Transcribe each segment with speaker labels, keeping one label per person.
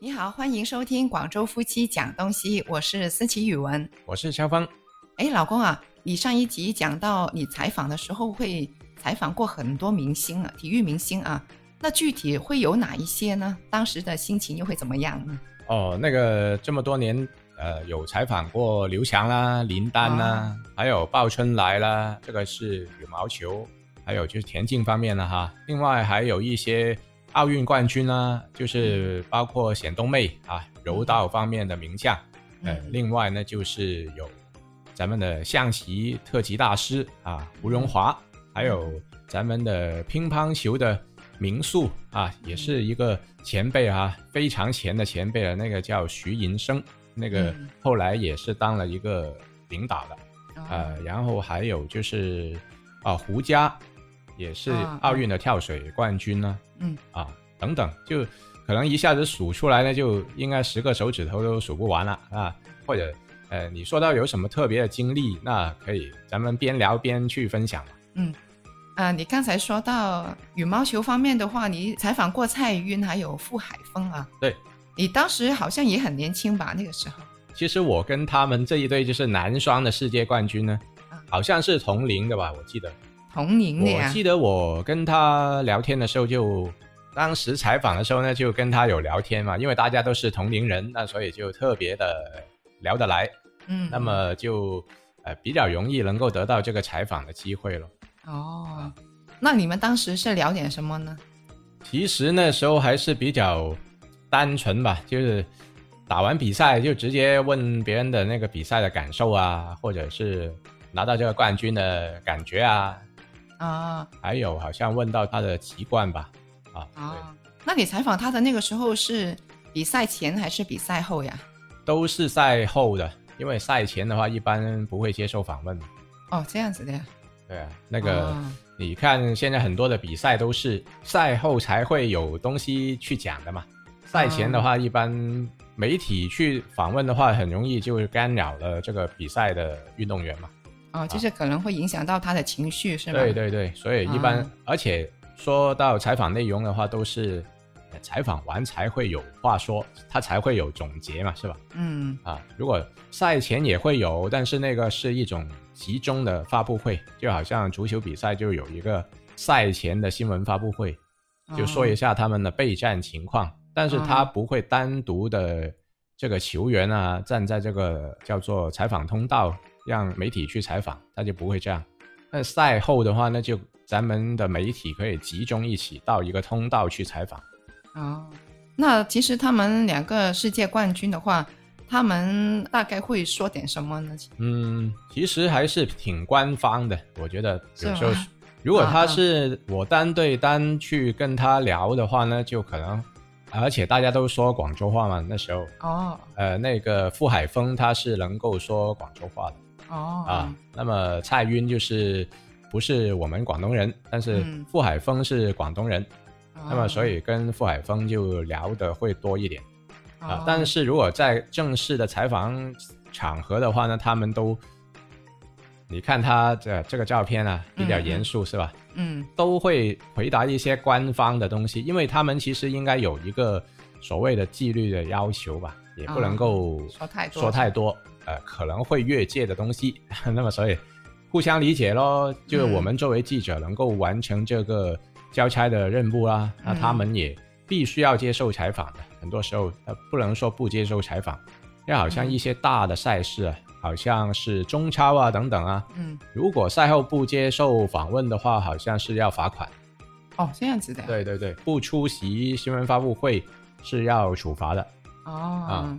Speaker 1: 你好，欢迎收听《广州夫妻讲东西》，我是思琪语文。
Speaker 2: 我是肖芳。
Speaker 1: 哎，老公啊，你上一集讲到你采访的时候会采访过很多明星啊，体育明星啊，那具体会有哪一些呢？当时的心情又会怎么样呢？
Speaker 2: 哦，那个这么多年，呃，有采访过刘翔啦、林丹啦，还有鲍春来啦，这个是羽毛球，还有就是田径方面了哈。另外还有一些奥运冠军啦，就是包括冼冬妹啊，柔道方面的名将。呃，
Speaker 1: 嗯
Speaker 2: 另外呢，就是有咱们的象棋特级大师啊胡荣华，还有咱们的乒乓球的名宿啊，也是一个前辈啊，非常前的前辈了，那个叫徐寅生，那个
Speaker 1: 嗯
Speaker 2: 后来也是当了一个领导的。
Speaker 1: 哦
Speaker 2: 呃，然后还有就是啊，胡佳也是
Speaker 1: 啊
Speaker 2: 奥运的跳水冠军呢、
Speaker 1: 嗯
Speaker 2: 啊，等等，就可能一下子数出来呢，就应该十个手指头都数不完了啊。或者呃，你说到有什么特别的经历，那可以咱们边聊边去分享嘛。
Speaker 1: 啊，你刚才说到羽毛球方面的话，你采访过蔡赟还有傅海峰啊。
Speaker 2: 对，
Speaker 1: 你当时好像也很年轻吧？那个时候
Speaker 2: 其实我跟他们这一队就是男双的世界冠军呢
Speaker 1: 啊，
Speaker 2: 好像是同龄的吧，我记得。
Speaker 1: 同龄的
Speaker 2: 我
Speaker 1: 呀
Speaker 2: 记。得我跟他聊天的时候就，当时采访的时候呢，就跟他有聊天嘛，因为大家都是同龄人，那所以就特别的聊得来，
Speaker 1: 嗯，
Speaker 2: 那么就呃比较容易能够得到这个采访的机会了。
Speaker 1: 哦，那你们当时是聊点什么呢？
Speaker 2: 其实那时候还是比较单纯吧，就是打完比赛就直接问别人的那个比赛的感受啊，或者是拿到这个冠军的感觉啊，
Speaker 1: 啊
Speaker 2: 还有好像问到他的籍贯吧，啊，对。
Speaker 1: 啊，那你采访他的那个时候是比赛前还是比赛后呀？
Speaker 2: 都是赛后的，因为赛前的话一般不会接受访问嘛。
Speaker 1: 哦，这样子的呀。
Speaker 2: 对啊，那个、
Speaker 1: 哦
Speaker 2: 你看现在很多的比赛都是赛后才会有东西去讲的嘛。赛前的
Speaker 1: 哦
Speaker 2: 话，一般媒体去访问的话，很容易就干扰了这个比赛的运动员嘛。
Speaker 1: 哦，就是可能会影响到他的情绪是吧？
Speaker 2: 啊对。对对，所以一般、
Speaker 1: 啊
Speaker 2: 而且说到采访内容的话，都是呃采访完才会有话说，他才会有总结嘛，是吧？
Speaker 1: 嗯
Speaker 2: 啊，如果赛前也会有，但是那个是一种集中的发布会，就好像足球比赛就有一个赛前的新闻发布会，就
Speaker 1: 哦
Speaker 2: 说一下他们的备战情况，但是他不会单独的这个球员啊站在这个叫做采访通道让媒体去采访，他就不会这样。但赛后的话，那就咱们的媒体可以集中一起到一个通道去采访。
Speaker 1: 哦，那其实他们两个世界冠军的话，他们大概会说点什么呢？
Speaker 2: 嗯，其实还是挺官方的，我觉得有时候
Speaker 1: 是吗，
Speaker 2: 如果
Speaker 1: 啊
Speaker 2: 他
Speaker 1: 啊
Speaker 2: 是我单对单去跟他聊的话呢，就可能，而且大家都说广州话嘛，那时候，
Speaker 1: 哦
Speaker 2: 呃，那个傅海峰他是能够说广州话的
Speaker 1: 哦
Speaker 2: 啊，那么蔡赟就是不是我们广东人，但是
Speaker 1: 嗯哦
Speaker 2: 傅海峰是广东人，
Speaker 1: 那
Speaker 2: 那么所以跟傅海峰就聊的会多一点。啊，但
Speaker 1: 是
Speaker 2: 是如果在正式的采访场合的话呢，他们都，你看他这这个照片啊，比较
Speaker 1: 嗯嗯
Speaker 2: 严肃、是吧？
Speaker 1: 嗯
Speaker 2: 都会回答一些官方的东西，因为他们其实应该有一个所谓的纪律的要求吧，也不能够
Speaker 1: 啊说太多
Speaker 2: 说太多，呃，可能会越界的东西。 那么所以互相理解咯，就是
Speaker 1: 嗯
Speaker 2: 我们作为记者能够完成这个交差的任务啦，那
Speaker 1: 嗯
Speaker 2: 他们也必须要接受采访的。很多时候，呃，不能说不接受采访，因为好像
Speaker 1: 嗯
Speaker 2: 一些大的赛事啊，好像是中超啊等等啊，
Speaker 1: 嗯
Speaker 2: 如果赛后不接受访问的话，好像是要罚款。
Speaker 1: 哦这样子的
Speaker 2: 对对对，不出席新闻发布会是要处罚的。
Speaker 1: 哦、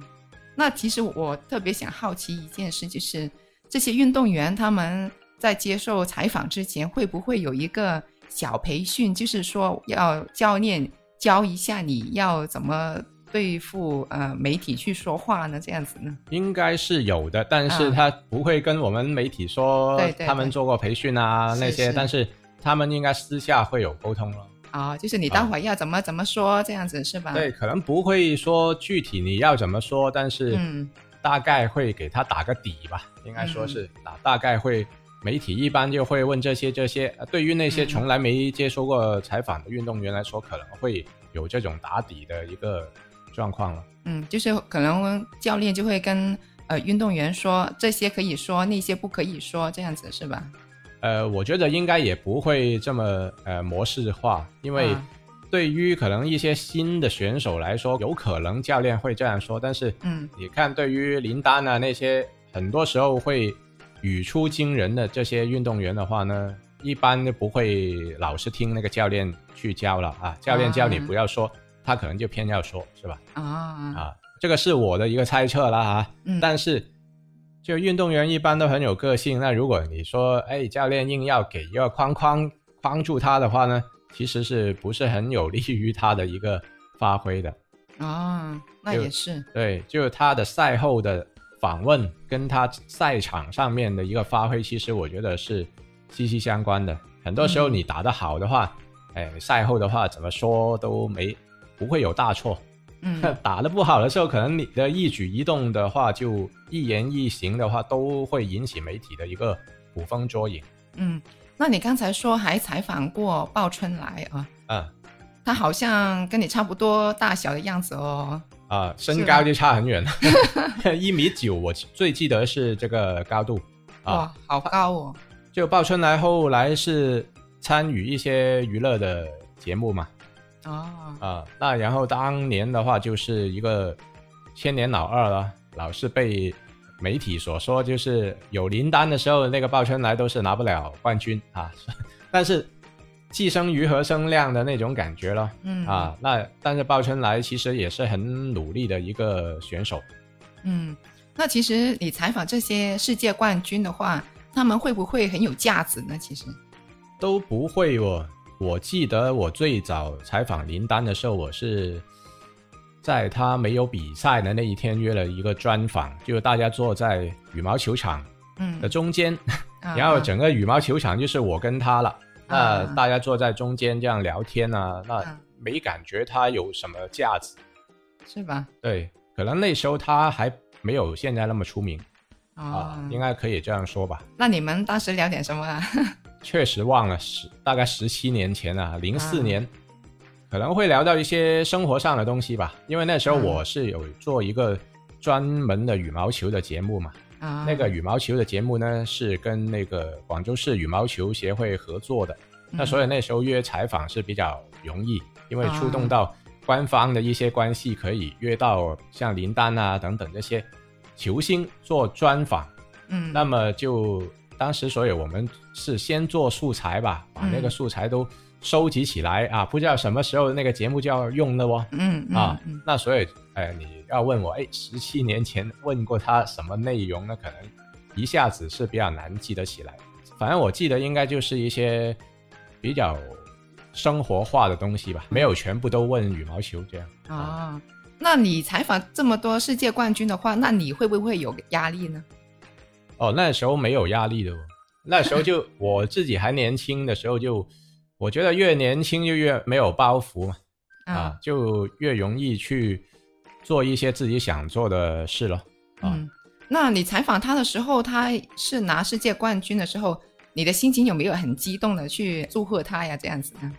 Speaker 1: 那其实我特别想好奇一件事，就是这些运动员他们在接受采访之前，会不会有一个小培训，就是说要教练教一下你要怎么对付呃媒体去说话呢？这样子呢？
Speaker 2: 应该是有的，但是
Speaker 1: 嗯
Speaker 2: 他不会跟我们媒体说
Speaker 1: 对对对
Speaker 2: 他们做过培训啊
Speaker 1: 是
Speaker 2: 那些，
Speaker 1: 是
Speaker 2: 但是他们应该私下会有沟通了。
Speaker 1: 啊、就是你待会儿要怎么怎么说，这样子是吧？
Speaker 2: 对，，可能不会说具体你要怎么说，但是
Speaker 1: 嗯
Speaker 2: 大概会给他打个底吧，应该说是打大概会。媒体一般就会问这些这些，呃对于那些
Speaker 1: 嗯
Speaker 2: 从来没接受过采访的运动员来说，可能会有这种打底的一个状况了。
Speaker 1: 嗯，就是可能教练就会跟呃运动员说这些可以说，那些不可以说，这样子是吧？
Speaker 2: 呃，我觉得应该也不会这么呃模式化，因为
Speaker 1: 啊
Speaker 2: 对于可能一些新的选手来说，有可能教练会这样说，但是
Speaker 1: 嗯
Speaker 2: 你看，对于林丹啊那些很多时候会语出惊人的这些运动员的话呢，一般就不会老是听那个教练去教了啊，教练教你
Speaker 1: 啊
Speaker 2: 不要说，他可能就偏要说，是吧？
Speaker 1: 啊，
Speaker 2: 啊，这个是我的一个猜测啦啊。
Speaker 1: 嗯
Speaker 2: 但是，就运动员一般都很有个性。那如果你说，哎，教练硬要给一个框框框住他的话呢，其实是不是很有利于他的一个发挥的？
Speaker 1: 哦，那
Speaker 2: 就
Speaker 1: 也 是，
Speaker 2: 对，就是他的赛后的访问跟他赛场上面的一个发挥，其实我觉得是息息相关的。很多时候
Speaker 1: 嗯
Speaker 2: 你打得好的话，哎，赛后的话怎么说都没不会有大错。
Speaker 1: 嗯
Speaker 2: 打得不好的时候，可能你的一举一动的话，就一言一行的话，都会引起媒体的一个捕风捉影。
Speaker 1: 嗯。那你刚才说还采访过鲍春来啊，
Speaker 2: 嗯
Speaker 1: 他好像跟你差不多大小的样子哦。
Speaker 2: 啊、身
Speaker 1: 是
Speaker 2: 高
Speaker 1: 吧
Speaker 2: 就差很远， 一米九，我最记得是这个高度啊。
Speaker 1: 哇，好高哦！
Speaker 2: 就鲍春来后来是参与一些娱乐的节目嘛，
Speaker 1: 哦，
Speaker 2: 啊、那然后当年的话就是一个千年老二了，老是被媒体所说，就是有林丹的时候，那个鲍春来都是拿不了冠军啊， 但是既生瑜何生亮的那种感觉了
Speaker 1: 嗯，
Speaker 2: 啊。那但是鲍春来其实也是很努力的一个选手，
Speaker 1: 嗯，那其实你采访这些世界冠军的话，他们会不会很有价值呢？其实，
Speaker 2: 都不会哦。我记得我最早采访林丹的时候，我是在他没有比赛的那一天约了一个专访，就大家坐在羽毛球场
Speaker 1: 嗯
Speaker 2: 的，中间，
Speaker 1: 啊
Speaker 2: 然后整个羽毛球场就是我跟他了。那
Speaker 1: 啊
Speaker 2: 大家坐在中间这样聊天啊，那
Speaker 1: 嗯
Speaker 2: 没感觉他有什么价值。
Speaker 1: 是吧？
Speaker 2: 对，可能那时候他还没有现在那么出名啊
Speaker 1: 哦，，
Speaker 2: 应该可以这样说吧。
Speaker 1: 那你们当时聊点什么啊？
Speaker 2: 确实忘了十大概十七年前啊，零四
Speaker 1: 啊
Speaker 2: 年、可能会聊到一些生活上的东西吧，因为那时候
Speaker 1: 嗯
Speaker 2: 我是有做一个专门的羽毛球的节目嘛，
Speaker 1: 啊，
Speaker 2: 那个羽毛球的节目呢是跟那个广州市羽毛球协会合作的，那所
Speaker 1: 以
Speaker 2: 以那时候约采访是比较容易，因为
Speaker 1: 啊
Speaker 2: 触动到官方的一些关系，可以约到像林丹啊等等这些球星做专访。
Speaker 1: 嗯，
Speaker 2: 那么就当时，所以我们是先做素材吧，把那
Speaker 1: 嗯
Speaker 2: 个素材都收集起来、啊，不知道什么时候那个节目就要用了哦。
Speaker 1: 嗯
Speaker 2: 啊，
Speaker 1: 嗯
Speaker 2: 那所以，呃，你要问我，哎，十七年前问过他什么内容呢？可能一下子是比较难记得起来。反正我记得应该就是一些比较生活化的东西吧，没有全部都问羽毛球这样。
Speaker 1: 嗯哦，那你采访这么多世界冠军的话，那你会不会有压力呢？
Speaker 2: 哦，那时候没有压力的哦，那时候就 我自己还年轻的时候就，我觉得越年轻就越没有包袱嘛，
Speaker 1: 嗯
Speaker 2: 啊，就越容易去做一些自己想做的事了。啊
Speaker 1: 嗯，那你采访他的时候，他是拿世界冠军的时候，你的心情有没有很激动的去祝贺他呀？这样子呢？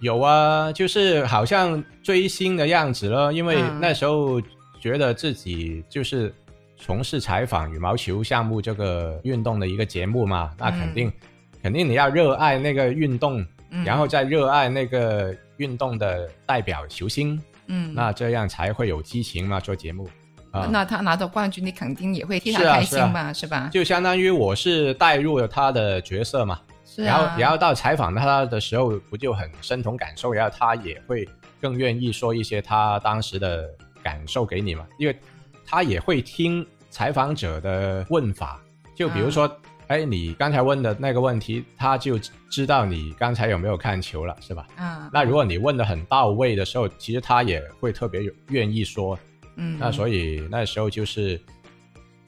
Speaker 2: 有啊，就是好像追星的样子了，因为
Speaker 1: 嗯
Speaker 2: 那时候觉得自己就是从事采访羽毛球项目这个运动的一个节目嘛，那肯定、肯定你要热爱那个运动，
Speaker 1: 嗯，
Speaker 2: 然后再热爱那个运动的代表球星，
Speaker 1: 嗯，
Speaker 2: 那这样才会有激情嘛，做节目啊。
Speaker 1: 那他拿到冠军，你肯定也会替他
Speaker 2: 是啊
Speaker 1: 开心
Speaker 2: 是啊
Speaker 1: 嘛，是吧？
Speaker 2: 就相当于我是带入了他的角色嘛，
Speaker 1: 是
Speaker 2: 然
Speaker 1: 啊
Speaker 2: 后然后到采访他的时候，不就很身同感受，然后他也会更愿意说一些他当时的感受给你嘛，因为他也会听采访者的问法，就比如说，
Speaker 1: 嗯
Speaker 2: 哎、你刚才问的那个问题，他就知道你刚才有没有看球了，是吧？
Speaker 1: 啊，
Speaker 2: 那如果你问的很到位的时候，其实他也会特别有愿意说。
Speaker 1: 嗯，
Speaker 2: 那所以那时候就是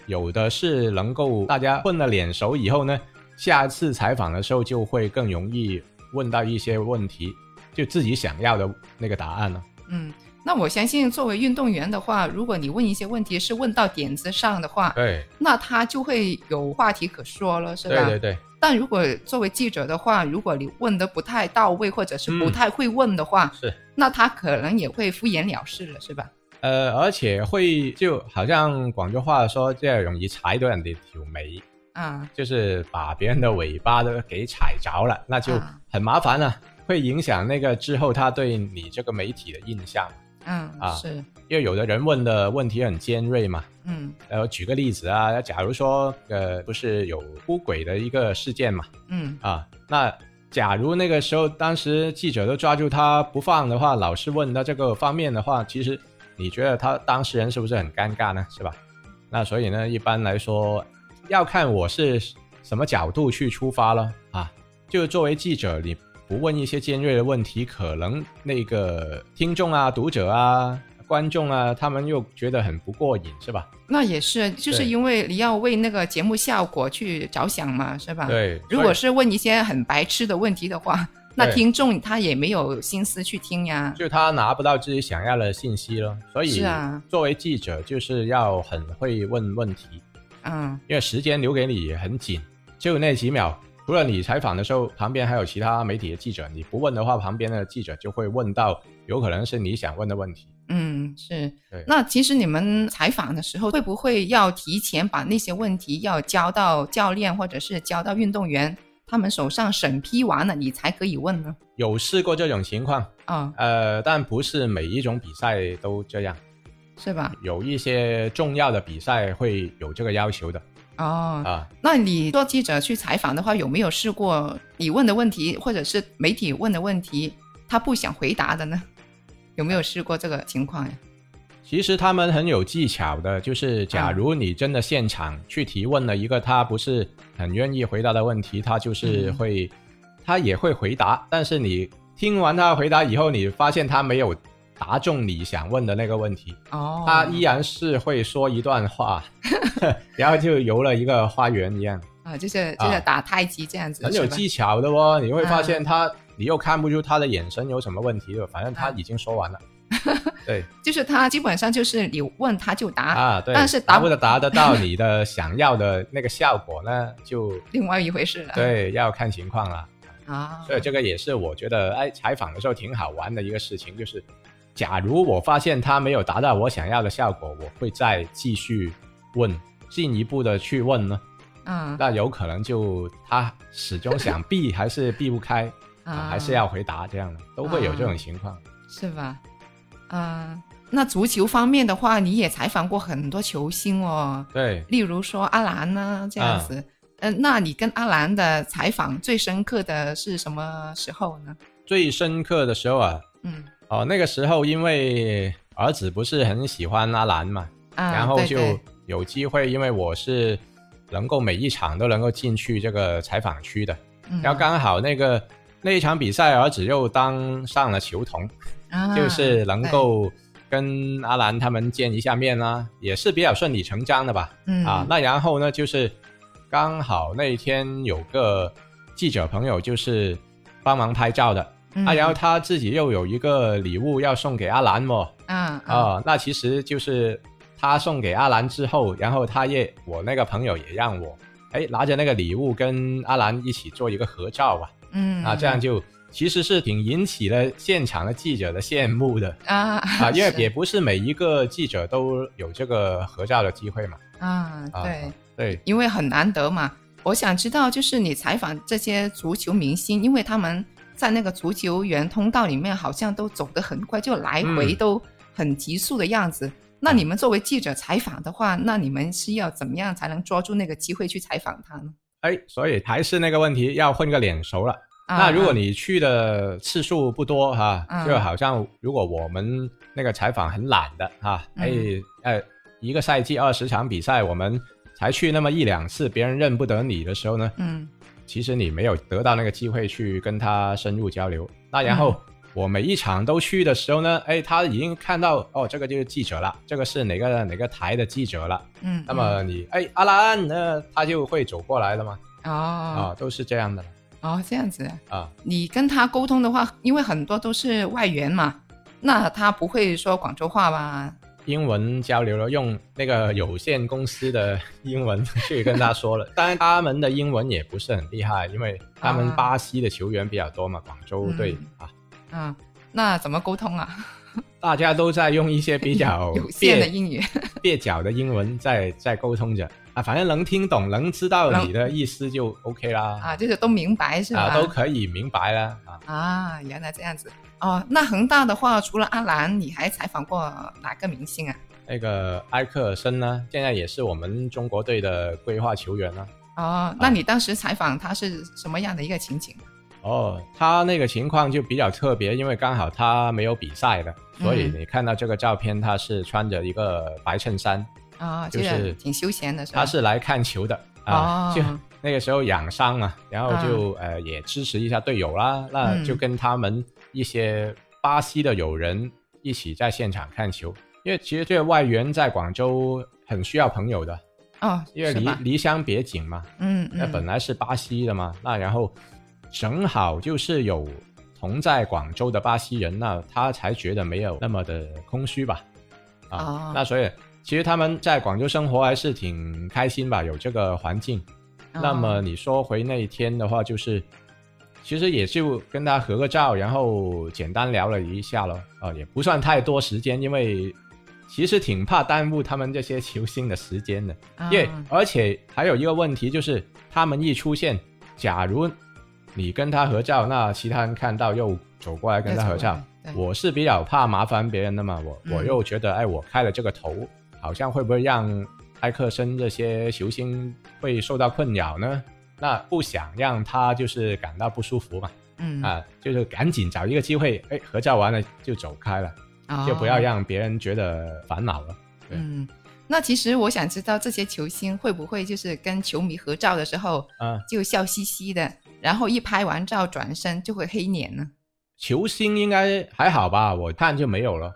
Speaker 2: 有的是能够大家混了脸熟以后呢，下次采访的时候就会更容易问到一些问题，就自己想要的那个答案了。
Speaker 1: 嗯，那我相信作为运动员的话，如果你问一些问题是问到点子上的话，
Speaker 2: 对，
Speaker 1: 那他就会有话题可说了，是吧？
Speaker 2: 对对对，
Speaker 1: 但如果作为记者的话，如果你问的不太到位，或者是不
Speaker 2: 嗯
Speaker 1: 太会问的话，
Speaker 2: 是。
Speaker 1: 那他可能也会敷衍了事了，是吧？
Speaker 2: 呃，而且会就好像广州话说，这容易踩到人哋条尾，
Speaker 1: 啊，
Speaker 2: 就是把别人的尾巴都给踩着了，那就
Speaker 1: 啊
Speaker 2: 很麻烦了，会影响那个之后他对你这个媒体的印象。
Speaker 1: 嗯，
Speaker 2: 啊
Speaker 1: 是，
Speaker 2: 因为有的人问的问题很尖锐嘛，
Speaker 1: 嗯
Speaker 2: 呃，举个例子啊，假如说呃，不是有出轨的一个事件嘛，
Speaker 1: 嗯
Speaker 2: 啊，那假如那个时候当时记者都抓住他不放的话，老是问他这个方面的话，其实你觉得他当事人是不是很尴尬呢？是吧？那所以呢，一般来说要看我是什么角度去出发了啊。就作为记者，你不问一些尖锐的问题，可能那个听众啊、读者啊、观众啊，他们又觉得很不过瘾，是吧？
Speaker 1: 那也是，就是
Speaker 2: 对
Speaker 1: 因为你要为那个节目效果去着想嘛，是吧？。
Speaker 2: 对，
Speaker 1: 啊如果是问一些很白痴的问题的话，那
Speaker 2: 对
Speaker 1: 听众他也没有心思去听呀。
Speaker 2: 就他拿不到自己想要的信息了，所以
Speaker 1: 是啊
Speaker 2: 作为记者就是要很会问问题，
Speaker 1: 嗯
Speaker 2: 因为时间留给你也很紧，就那几秒。除了你采访的时候，旁边还有其他媒体的记者，你不问的话，旁边的记者就会问到有可能是你想问的问题。
Speaker 1: 嗯，是
Speaker 2: 对。
Speaker 1: 那其实你们采访的时候，会不会要提前把那些问题要交到教练或者是交到运动员他们手上审批完了，你才可以问呢？
Speaker 2: 有试过这种情况，
Speaker 1: 哦，
Speaker 2: 呃，但不是每一种比赛都这样，
Speaker 1: 是吧？
Speaker 2: 有一些重要的比赛会有这个要求的
Speaker 1: 哦，
Speaker 2: 啊。
Speaker 1: 那你做记者去采访的话，有没有试过你问的问题，或者是媒体问的问题，他不想回答的呢？有没有试过这个情况呀？
Speaker 2: 其实他们很有技巧的，就是
Speaker 1: 嗯
Speaker 2: 假如你真的现场去提问了一个他不是很愿意回答的问题，他就是
Speaker 1: 嗯
Speaker 2: 会，他也会回答，但是你听完他的回答以后，你发现他没有答中你想问的那个问题，
Speaker 1: 哦，
Speaker 2: 他依然是会说一 段话，然后就游了一个花园一样，
Speaker 1: 啊，就是就是
Speaker 2: 啊
Speaker 1: 打太极这样子，
Speaker 2: 很
Speaker 1: 是
Speaker 2: 有
Speaker 1: 吧嗯
Speaker 2: 技巧的哦。你会发现他，你又看不出他的眼神有什么问题了，反正他已经 说完了。对
Speaker 1: 就是他基本上就是你问他就答，
Speaker 2: 啊，对，
Speaker 1: 但是
Speaker 2: 达
Speaker 1: 达
Speaker 2: 不
Speaker 1: 不
Speaker 2: 得达得到你的想要的那个效果呢，就
Speaker 1: 另外一回事了。
Speaker 2: 对，要看情况啦。
Speaker 1: 啊，
Speaker 2: 所以这个也是我觉得，哎，采访的时候挺好玩的一个事情，就是假如我发现他没有达到我想要的效果，我会再继续问，进一步的去问呢，
Speaker 1: 嗯
Speaker 2: 那有可能就他始终想避还是避不开，啊
Speaker 1: 啊，
Speaker 2: 还是要回答这样的，都会有这种情况。
Speaker 1: 是吧？嗯，那足球方面的话，你也采访过很多球星哦，
Speaker 2: 对，
Speaker 1: 例如说阿兰呢、这样子。嗯、那你跟阿兰的采访最深刻的是什么时候呢？
Speaker 2: 最深刻的时候啊，
Speaker 1: 嗯
Speaker 2: 哦，那个时候因为儿子不是很喜欢阿兰嘛，
Speaker 1: 啊，
Speaker 2: 然后
Speaker 1: 对
Speaker 2: 就
Speaker 1: 对
Speaker 2: 有机会，因为我是能够每一场都能够进去这个采访区的，
Speaker 1: 嗯
Speaker 2: 然后刚好那个那一场比赛，儿子又当上了球童，
Speaker 1: 啊
Speaker 2: 就是能够跟阿兰他们见一下面啦、也是比较顺理成章的吧。
Speaker 1: 对嗯
Speaker 2: 啊，那然后呢，就是刚好那一天有个记者朋友就是帮忙拍照的，
Speaker 1: 嗯
Speaker 2: 啊，然后他自己又有一个礼物要送给阿兰哦，
Speaker 1: 啊啊
Speaker 2: 哦，那其实就是他送给阿兰之后，然后他也我那个朋友也让我，哎，拿着那个礼物跟阿兰一起做一个合照吧，
Speaker 1: 嗯
Speaker 2: 啊，这样就其实是挺引起了现场的记者的羡慕 的
Speaker 1: 啊
Speaker 2: 啊，因为
Speaker 1: 是
Speaker 2: 也不是每一个记者都有这个合照的机会嘛，
Speaker 1: 啊
Speaker 2: 啊，
Speaker 1: 对，
Speaker 2: 对，
Speaker 1: 因为很难得嘛。我想知道，就是你采访这些足球明星，因为他们在那个足球员通道里面，好像都走得很快，就来回
Speaker 2: 嗯
Speaker 1: 都很急速的样子。那你们作为记者采访的话，那你们是要怎么样才能抓住那个机会去采访他呢？
Speaker 2: 哎，所以还是那个问题，要混个脸熟了。
Speaker 1: 啊
Speaker 2: 那如果你去的次数不多哈、
Speaker 1: 嗯
Speaker 2: 就好像如果我们那个采访很懒的哈、哎
Speaker 1: 嗯
Speaker 2: 呃一个赛季二十场比赛，我们才去那么一两次，别人认不得你的时候呢，
Speaker 1: 嗯
Speaker 2: 其实你没有得到那个机会去跟他深入交流。那
Speaker 1: 嗯
Speaker 2: 然后我每一场都去的时候呢，哎，他已经看到哦，这个就是记者了，这个是哪个哪个台的记者了。
Speaker 1: 嗯，
Speaker 2: 那么你哎阿兰，那他就会走过来了嘛，
Speaker 1: 嗯
Speaker 2: 啊、
Speaker 1: 哦
Speaker 2: 都是这样的了
Speaker 1: 哦这样子，
Speaker 2: 啊。
Speaker 1: 你跟他沟通的话，因为很多都是外援嘛，那他不会说广州话吧？
Speaker 2: 英文交流了，用那个有限公司的英文去跟他 说了。当然，他们的英文也不是很厉害，因为他们
Speaker 1: 啊
Speaker 2: 巴西的球员比较多嘛，广州队、
Speaker 1: 嗯
Speaker 2: 啊，
Speaker 1: 啊，那怎么沟通啊？
Speaker 2: 大家都在用一些比较
Speaker 1: 有限的
Speaker 2: 蹩
Speaker 1: 英语，
Speaker 2: 蹩脚的英文在在沟通着啊，反正能听懂、能知道你的意思就 OK 啦
Speaker 1: 啊，就是都明白是吧？
Speaker 2: 啊，都可以明白啦啊。
Speaker 1: 啊，原来这样子哦。那恒大的话，除了阿兰，你还采访过哪个明星啊？
Speaker 2: 那个埃克尔森呢，现在也是我们中国队的规划球员呢。
Speaker 1: 哦，那你当时采访他是什么样的一个情景？
Speaker 2: 哦，他那个情况就比较特别，因为刚好他没有比赛的，所以
Speaker 1: 嗯
Speaker 2: 你看到这个照片，他是穿着一个白衬衫，
Speaker 1: 啊，
Speaker 2: 就
Speaker 1: 这个
Speaker 2: 是
Speaker 1: 挺休闲的是吧？
Speaker 2: 他是来看球的啊，
Speaker 1: 哦啊
Speaker 2: 就那个时候养伤嘛，然后就、呃也支持一下队友啦，那
Speaker 1: 嗯
Speaker 2: 就跟他们一些巴西的友人一起在现场看球，因为其实这个外援在广州很需要朋友的，
Speaker 1: 哦，
Speaker 2: 因为
Speaker 1: 是
Speaker 2: 离
Speaker 1: 吧？
Speaker 2: 离乡别井嘛，
Speaker 1: 嗯
Speaker 2: 那
Speaker 1: 嗯，
Speaker 2: 本来是巴西的嘛，那然后正好就是有同在广州的巴西人，那他才觉得没有那么的空虚吧，啊，
Speaker 1: 哦
Speaker 2: 那所以其实他们在广州生活还是挺开心吧，有这个环境。
Speaker 1: 哦
Speaker 2: 那么你说回那一天的话，就是其实也就跟他合个照，然后简单聊了一下咯，啊，也不算太多时间，因为其实挺怕耽误他们这些 球星的时间的。因为
Speaker 1: 啊
Speaker 2: 而且还有一个问题就是，他们一出现，假如你跟他合照，那其他人看到又走过来跟他合照，，
Speaker 1: 对
Speaker 2: 我是比较怕麻烦别人的嘛，我
Speaker 1: 嗯
Speaker 2: 我又觉得，哎，我开了这个头，好像会不会让埃克森这些球星会受到困扰呢？那不想让他就是感到不舒服嘛，
Speaker 1: 嗯
Speaker 2: 啊，就是赶紧找一个机会，哎，合照完了就走开了，就不要
Speaker 1: 哦
Speaker 2: 让别人觉得烦恼了。对
Speaker 1: 嗯。那其实我想知道，这些球星会不会就是跟球迷合照的时候
Speaker 2: 啊，
Speaker 1: 就笑嘻嘻的，然后一拍完照转身就会黑脸呢？
Speaker 2: 球星应该还好吧，我看就没有了。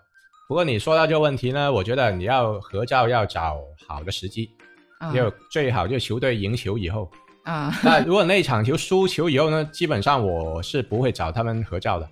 Speaker 2: 不过你说到这个问题呢，我觉得你要合照要找好的时机，
Speaker 1: 啊
Speaker 2: 就最好就球队赢球以后。
Speaker 1: 啊
Speaker 2: 那如果那一场球输球以后呢，基本上我是不会找他们合照的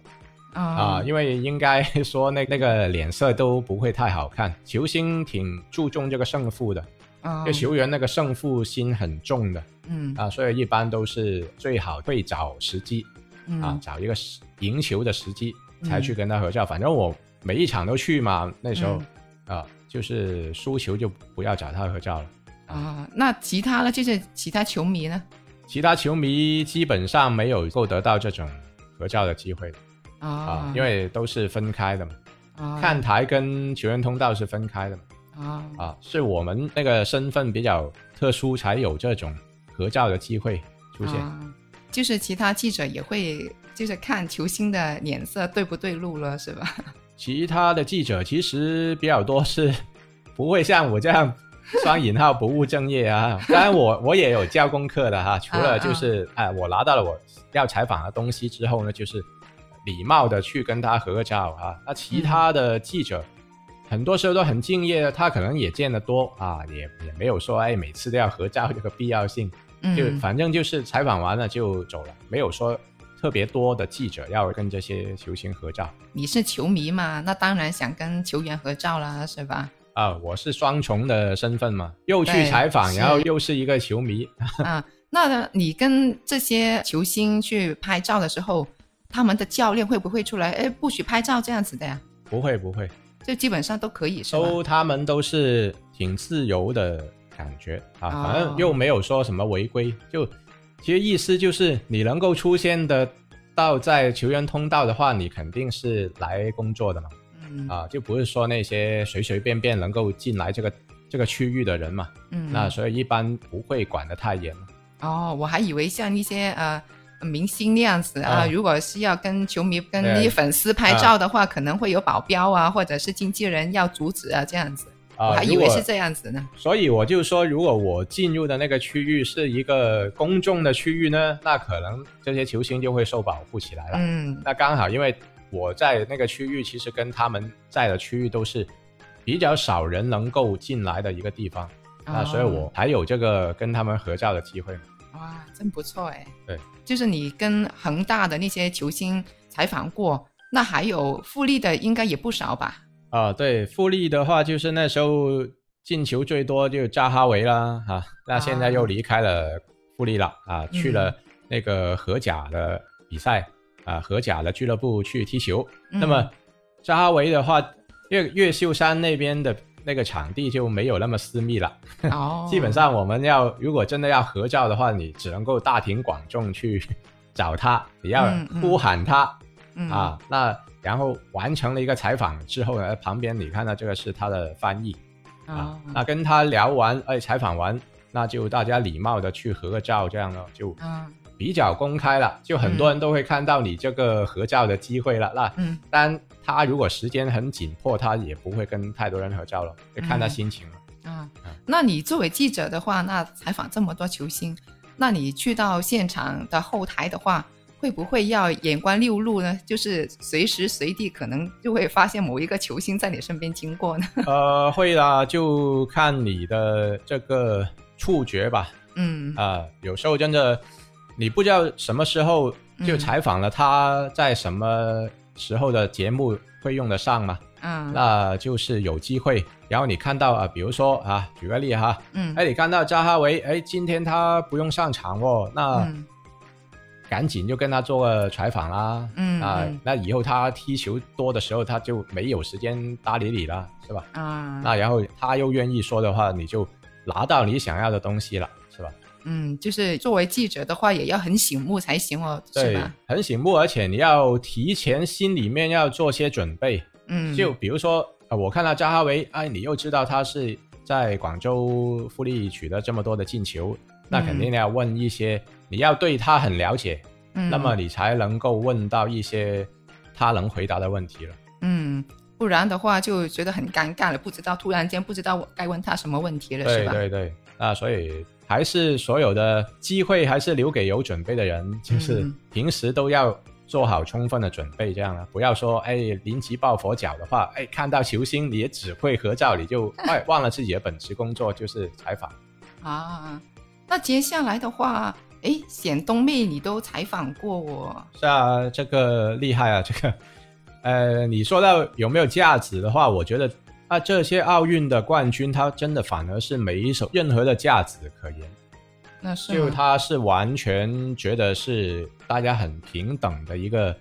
Speaker 2: 啊，
Speaker 1: 啊
Speaker 2: 因为应该说那那个脸色都不会太好看。球星挺注重这个胜负的，
Speaker 1: 啊
Speaker 2: 就球员那个胜负心很重的
Speaker 1: 嗯
Speaker 2: 啊，所以一般都是最好会找时机
Speaker 1: 嗯
Speaker 2: 啊，找一个时赢球的时机
Speaker 1: 嗯
Speaker 2: 才去跟他合照。反正我每一场都去嘛，那时候、
Speaker 1: 嗯
Speaker 2: 啊，就是输球就不要找他合照了。
Speaker 1: 啊，那其他呢？就是其他球迷呢？
Speaker 2: 其他球迷基本上没有够得到这种合照的机会啊
Speaker 1: 啊，，
Speaker 2: 因为都是分开的嘛，
Speaker 1: 啊
Speaker 2: 看台跟球员通道是分开的嘛，
Speaker 1: 啊
Speaker 2: 啊，是我们那个身份比较特殊才有这种合照的机会出现。
Speaker 1: 啊就是其他记者也会就是看球星的脸色对不对路了，是吧？
Speaker 2: 其他的记者其实比较多是 不会像我这样双引号不务正业啊。当然我我也有交功课的哈，除了就是哎、我拿到了我要采访的东西之后呢，就是礼貌的去跟他合个照啊。那其他的记者。很多时候都很敬业的，他可能也见得多啊，也也没有说哎每次都要合照这个必要性，就
Speaker 1: 嗯，
Speaker 2: 反正就是采访完了就走了，没有说特别多的记者要跟这些球星合照。
Speaker 1: 你是球迷嘛，那当然想跟球员合照啦，是 吧？
Speaker 2: 啊，我是双重的身份嘛，又去
Speaker 1: 对
Speaker 2: 采访，
Speaker 1: 是
Speaker 2: 然后又是一个球迷。
Speaker 1: 啊，那你跟这些球星去拍照的时候，他们的教练会不会出来？哎，不许拍照这样子的呀？
Speaker 2: 不会不会，
Speaker 1: 就基本上都可以是吧？
Speaker 2: 都他们都是挺自由的感觉啊，
Speaker 1: 哦
Speaker 2: 反正又没有说什么违规，就其实意思就是你能够出现的到在球员通道的话，你肯定是来工作的嘛，
Speaker 1: 嗯
Speaker 2: 啊，就不是说那些随随便便能够进来这个这个区域的人嘛，
Speaker 1: 嗯，
Speaker 2: 那所以一般不会管得太严。
Speaker 1: 哦，我还以为像一些呃明星那样子啊，
Speaker 2: 啊
Speaker 1: 如果是要跟球迷、跟
Speaker 2: 对啊
Speaker 1: 那些粉丝拍照的话，可能会有保镖啊，或者是经纪人要阻止啊这样子。
Speaker 2: 啊，
Speaker 1: 我还以
Speaker 2: 如
Speaker 1: 为
Speaker 2: 果
Speaker 1: 是这样子呢。
Speaker 2: 所以我就说，如果我进入的那个区域是一个公众的区域呢，那可能这些球星就会受保护起来了。
Speaker 1: 嗯
Speaker 2: 那刚好，因为我在那个区域，其实跟他们在的区域都是比较少人能够进来的一个地方，那
Speaker 1: 哦
Speaker 2: 所以我才有这个跟他们合照的机会嘛。
Speaker 1: 哇，真不错哎。
Speaker 2: 对，
Speaker 1: 就是你跟恒大的那些球星采访过，那还有富力的应该也不少吧？
Speaker 2: 啊，对，富力的话，就是那时候进球最多就扎哈维啦，哈、那现
Speaker 1: 啊
Speaker 2: 在又离开了富力了啊，去
Speaker 1: 嗯
Speaker 2: 了那个荷甲的比赛啊，荷甲的俱乐部去踢球。那
Speaker 1: 嗯
Speaker 2: 么扎哈维的话，越越秀山那边的那个场地就没有那么私密了。
Speaker 1: 哦，
Speaker 2: 基本上我们要如果真的要合照的话，你只能够大庭广众去 找他，你要
Speaker 1: 嗯嗯
Speaker 2: 呼喊他、
Speaker 1: 嗯
Speaker 2: 啊。那然后完成了一个采访之后呢，旁边你看到这个是他的翻译啊
Speaker 1: 哦，
Speaker 2: 那跟他聊完，哎，采访完，那就大家礼貌的去合个照，这样咯，就
Speaker 1: 嗯
Speaker 2: 比较公开了，就很多人都会看到你这个合照的机会了。那
Speaker 1: 嗯
Speaker 2: 但他如果时间很紧迫，他也不会跟太多人合照了，就看他
Speaker 1: 嗯
Speaker 2: 心情了。
Speaker 1: 啊
Speaker 2: 嗯，
Speaker 1: 那你作为记者的话，那采访这么多球星，那你去到现场的后台的话，会不会要眼观六路呢？就是随时随地可能就会发现某一个球星在你身边经过呢？
Speaker 2: 呃，会啦，就看你的这个触觉吧。
Speaker 1: 嗯
Speaker 2: 啊、有时候真的你不知道什么时候就
Speaker 1: 嗯
Speaker 2: 采访了他，在什么时候的节目会用得上嘛？
Speaker 1: 嗯
Speaker 2: 那就是有机会。然后你看到啊、比如说啊，举个例哈，
Speaker 1: 嗯
Speaker 2: 哎，你看到扎哈维，哎，今天他不用上场哦，那
Speaker 1: 嗯
Speaker 2: 赶紧就跟他做个采访啦。
Speaker 1: 嗯
Speaker 2: 啊、
Speaker 1: 嗯
Speaker 2: 那以后他踢球多的时候，他就没有时间搭理你了，是吧？
Speaker 1: 啊，
Speaker 2: 那然后他又愿意说的话，你就拿到你想要的东西了，是吧？
Speaker 1: 嗯，就是作为记者的话，也要很醒目才行哦，是
Speaker 2: 对
Speaker 1: 吧？，
Speaker 2: 很醒目，而且你要提前心里面要做些准备。
Speaker 1: 嗯，
Speaker 2: 就比如说，呃、我看到扎哈维，哎，你又知道他是在广州富力取得这么多的进球，
Speaker 1: 嗯
Speaker 2: 那肯定要问一些，你要对他很了解，
Speaker 1: 嗯
Speaker 2: 那么你才能够问到一些他能回答的问题了。
Speaker 1: 嗯，不然的话就觉得很尴尬了，不知道突然间不知道我该问他什么问题了，是
Speaker 2: 对
Speaker 1: 吧？
Speaker 2: 对对，那所以还是所有的机会还是留给有准备的人，就是
Speaker 1: 嗯
Speaker 2: 平时都要做好充分的准备，这样啊，不要说哎临急抱佛脚的话，哎看到球星你也只会合照，你就哎忘了自己的本职工作就是采访。
Speaker 1: 啊，那接下来的话，诶，显东妹你都采访过我，
Speaker 2: 是啊，这个厉害啊，这个呃，你说到有没有价值的话，我觉得。啊，这些奥运的冠军，他真的反而是没一首任何的价值可言。
Speaker 1: 那是
Speaker 2: 就
Speaker 1: 吗
Speaker 2: 他是完全觉得是大家很平等的一个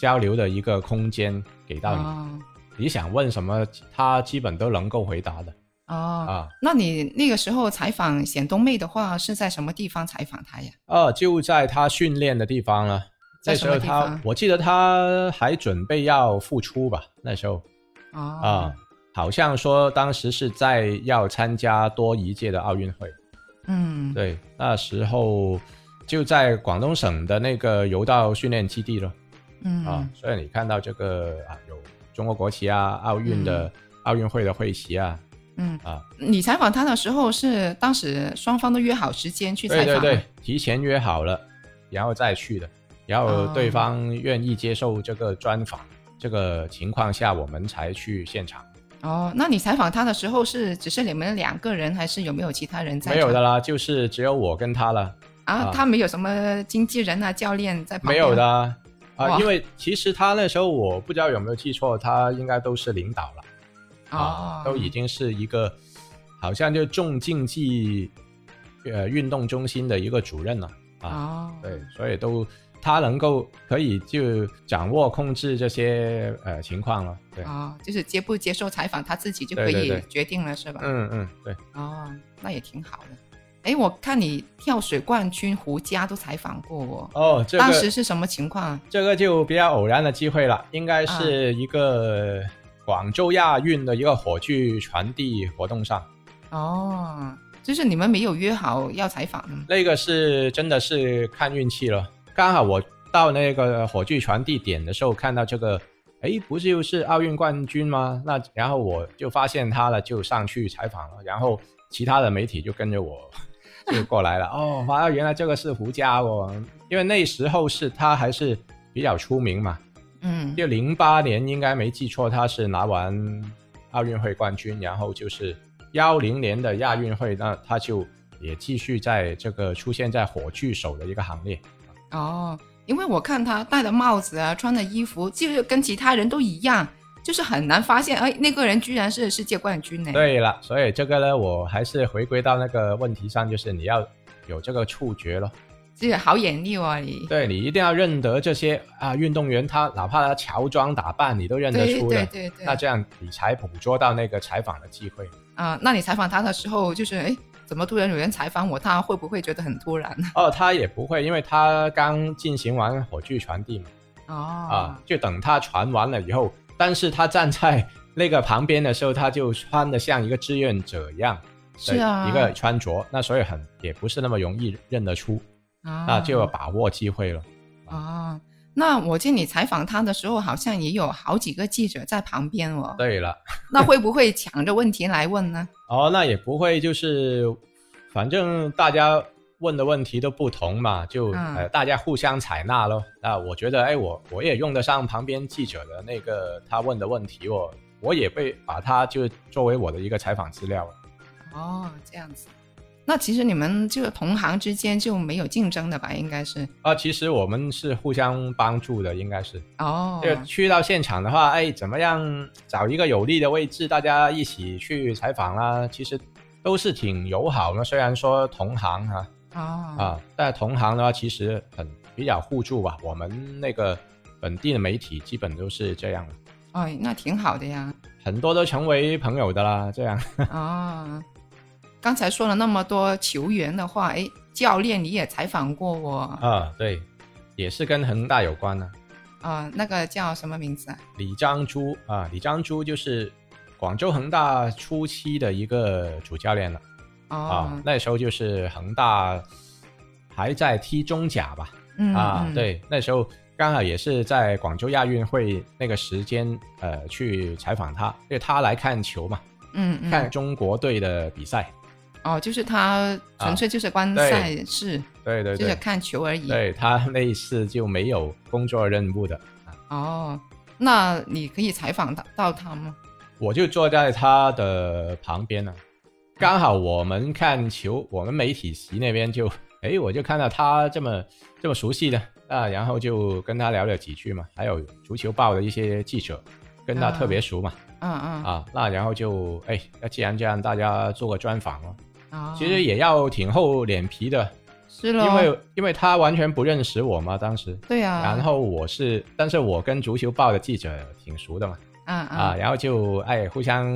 Speaker 2: 交流的一个空间给到你，
Speaker 1: 哦
Speaker 2: 你想问什么，他基本都能够回答的
Speaker 1: 哦，
Speaker 2: 啊。
Speaker 1: 那你那个时候采访显东妹的话，是在什么地方采访她呀？
Speaker 2: 二哦就在他训练的地方了，
Speaker 1: 在
Speaker 2: 那
Speaker 1: 什
Speaker 2: 时
Speaker 1: 么
Speaker 2: 候
Speaker 1: 地
Speaker 2: 他
Speaker 1: 方？
Speaker 2: 我记得他还准备要复出吧，那时候
Speaker 1: 哦
Speaker 2: 啊，好像说当时是在要参加多一届的奥运会。
Speaker 1: 嗯，
Speaker 2: 对，那时候就在广东省的那个柔道训练基地了。
Speaker 1: 嗯
Speaker 2: 啊，所以你看到这个啊，有中国国旗啊，奥运的、奥运会的会旗啊，
Speaker 1: 嗯
Speaker 2: 啊，
Speaker 1: 你采访她的时候是当时双方都约好时间去
Speaker 2: 对
Speaker 1: 采
Speaker 2: 对
Speaker 1: 访，
Speaker 2: 对，提前约好了，然后再去的，然后
Speaker 1: 哦
Speaker 2: 对方愿意接受这个专访，这个情况下我们才去现场，
Speaker 1: 哦，那你采访她的时候是只是你们两个人，还是有没有其他人在？
Speaker 2: 没有的啦，就是只有我跟他了，
Speaker 1: 啊
Speaker 2: 啊，
Speaker 1: 她没有什么经纪人啊、教练在旁
Speaker 2: 没
Speaker 1: 边。
Speaker 2: 有的啊，
Speaker 1: 哇
Speaker 2: 啊，因为其实他那时候我不知道有没有记错，他应该都是领导了。
Speaker 1: 哦
Speaker 2: 啊，，都已经是一个好像就重竞技呃运动中心的一个主任了啊，
Speaker 1: 哦，
Speaker 2: 对，所以都他能够可以就掌握控制这些呃情况了，对，
Speaker 1: 哦，就是接不接受采访，他自己就可
Speaker 2: 对对
Speaker 1: 以
Speaker 2: 对
Speaker 1: 决定了，是吧？
Speaker 2: 嗯嗯对，
Speaker 1: 哦，那也挺好的。哎，我看你跳水冠军胡佳都采访过我，
Speaker 2: 哦，这
Speaker 1: 当时
Speaker 2: 个
Speaker 1: 是什么情况啊？
Speaker 2: 这个就比较偶然的机会了，
Speaker 1: 嗯
Speaker 2: 应该是一个广州亚运的一个火炬传递活动上。
Speaker 1: 哦，就是你们没有约好要采访的吗？
Speaker 2: 那个是真的是看运气了。刚好我到那个火炬传递点的时候，看到这个，诶，不是又是奥运冠军吗？那然后我就发现他了，就上去采访了。然后其他的媒体就跟着我就过来了。哦，哇，原来这个是胡佳哦，因为那时候是他还是比较出名嘛，
Speaker 1: 嗯，
Speaker 2: 就零八年应该没记错，他是拿完奥运会冠军，然后就是幺零年的亚运会，那他就也继续在这个出现在火炬手的一个行列。
Speaker 1: 哦，因为我看他戴的帽子啊，穿的衣服，就是跟其他人都一样，就是很难发现，哎，那个人居然是世界冠军呢。，
Speaker 2: 对了，所以这个呢，我还是回归到那个问题上，就是你要有这个触觉咯，
Speaker 1: 这个好眼力哦，你
Speaker 2: 对你一定要认得这些啊运动员，他哪怕他乔装打扮，你都认得
Speaker 1: 对
Speaker 2: 出
Speaker 1: 对
Speaker 2: 的。
Speaker 1: 对对
Speaker 2: 那这样你才捕捉到那个采访的机会。
Speaker 1: 啊、那你采访他的时候，就是哎，怎么突然有人采访我？他会不会觉得很突然呢？
Speaker 2: 哦，他也不会，因为他刚进行完火炬传递嘛，
Speaker 1: 哦，
Speaker 2: 啊，就等他传完了以后，但是他站在那个旁边的时候，他就穿的像一个志愿者一样
Speaker 1: 是啊，
Speaker 2: 的一个穿着，那所以很也不是那么容易认得出，那
Speaker 1: 啊，
Speaker 2: 就要把握机会了。
Speaker 1: 哦，那我见你采访他的时候，好像也有好几个记者在旁边哦。
Speaker 2: 对了，
Speaker 1: 那会不会抢着问题来问呢？
Speaker 2: 哦，那也不会，就是反正大家问的问题都不同嘛，就、
Speaker 1: 嗯
Speaker 2: 呃大家互相采纳咯。那我觉得，哎，我我也用得上旁边记者的那个他问的问题，我我也会把它就作为我的一个采访资料。
Speaker 1: 哦，这样子。那其实你们这个同行之间就没有竞争的吧？应该是
Speaker 2: 啊，其实我们是互相帮助的，应该是。
Speaker 1: 哦，
Speaker 2: 就去到现场的话，哎，怎么样找一个有利的位置，大家一起去采访啦、其实都是挺友好的，虽然说同行啊，
Speaker 1: 哦
Speaker 2: 啊，但同行的话其实很比较互助吧。我们那个本地的媒体基本都是这样，
Speaker 1: 哦，那挺好的呀。
Speaker 2: 很多都成为朋友的啦。这样
Speaker 1: 哦，刚才说了那么多球员的话，哎，教练你也采访过我啊、
Speaker 2: 啊，对，也是跟恒大有关呢、啊
Speaker 1: 啊那个叫什么名字啊？
Speaker 2: 李章洙啊，李章洙就是广州恒大初期的一个主教练了
Speaker 1: 哦，
Speaker 2: 啊。那时候就是恒大还在踢中甲吧，
Speaker 1: 嗯
Speaker 2: 啊，
Speaker 1: 嗯，
Speaker 2: 对，那时候刚好也是在广州亚运会那个时间，呃，去采访他，因为他来看球嘛，
Speaker 1: 嗯嗯，
Speaker 2: 看中国队的比赛。
Speaker 1: 哦，就是他纯粹就是观
Speaker 2: 对
Speaker 1: 赛事，
Speaker 2: 对啊对
Speaker 1: 就是
Speaker 2: 对，
Speaker 1: 看球而已。
Speaker 2: 对他那一次就没有工作任务的，
Speaker 1: 哦，那你可以采访到到他吗？
Speaker 2: 我就坐在他的旁边了。刚好我们看球，我们媒体席那边就，哎，我就看到他这么这么熟悉的啊，然后就跟他聊了几句嘛。还有足球报的一些记者，跟他
Speaker 1: 啊
Speaker 2: 特别熟嘛，
Speaker 1: 嗯嗯，
Speaker 2: 啊，那然后就哎，那既然这样，大家做个专访咯。
Speaker 1: 哦，
Speaker 2: 其实也要挺厚脸皮的，
Speaker 1: 是咯，
Speaker 2: 因为因为他完全不认识我嘛，当时。
Speaker 1: 对啊，
Speaker 2: 然后我是，但是我跟足球报的记者挺熟的嘛，
Speaker 1: 啊
Speaker 2: 啊，
Speaker 1: 啊
Speaker 2: 然后就哎互相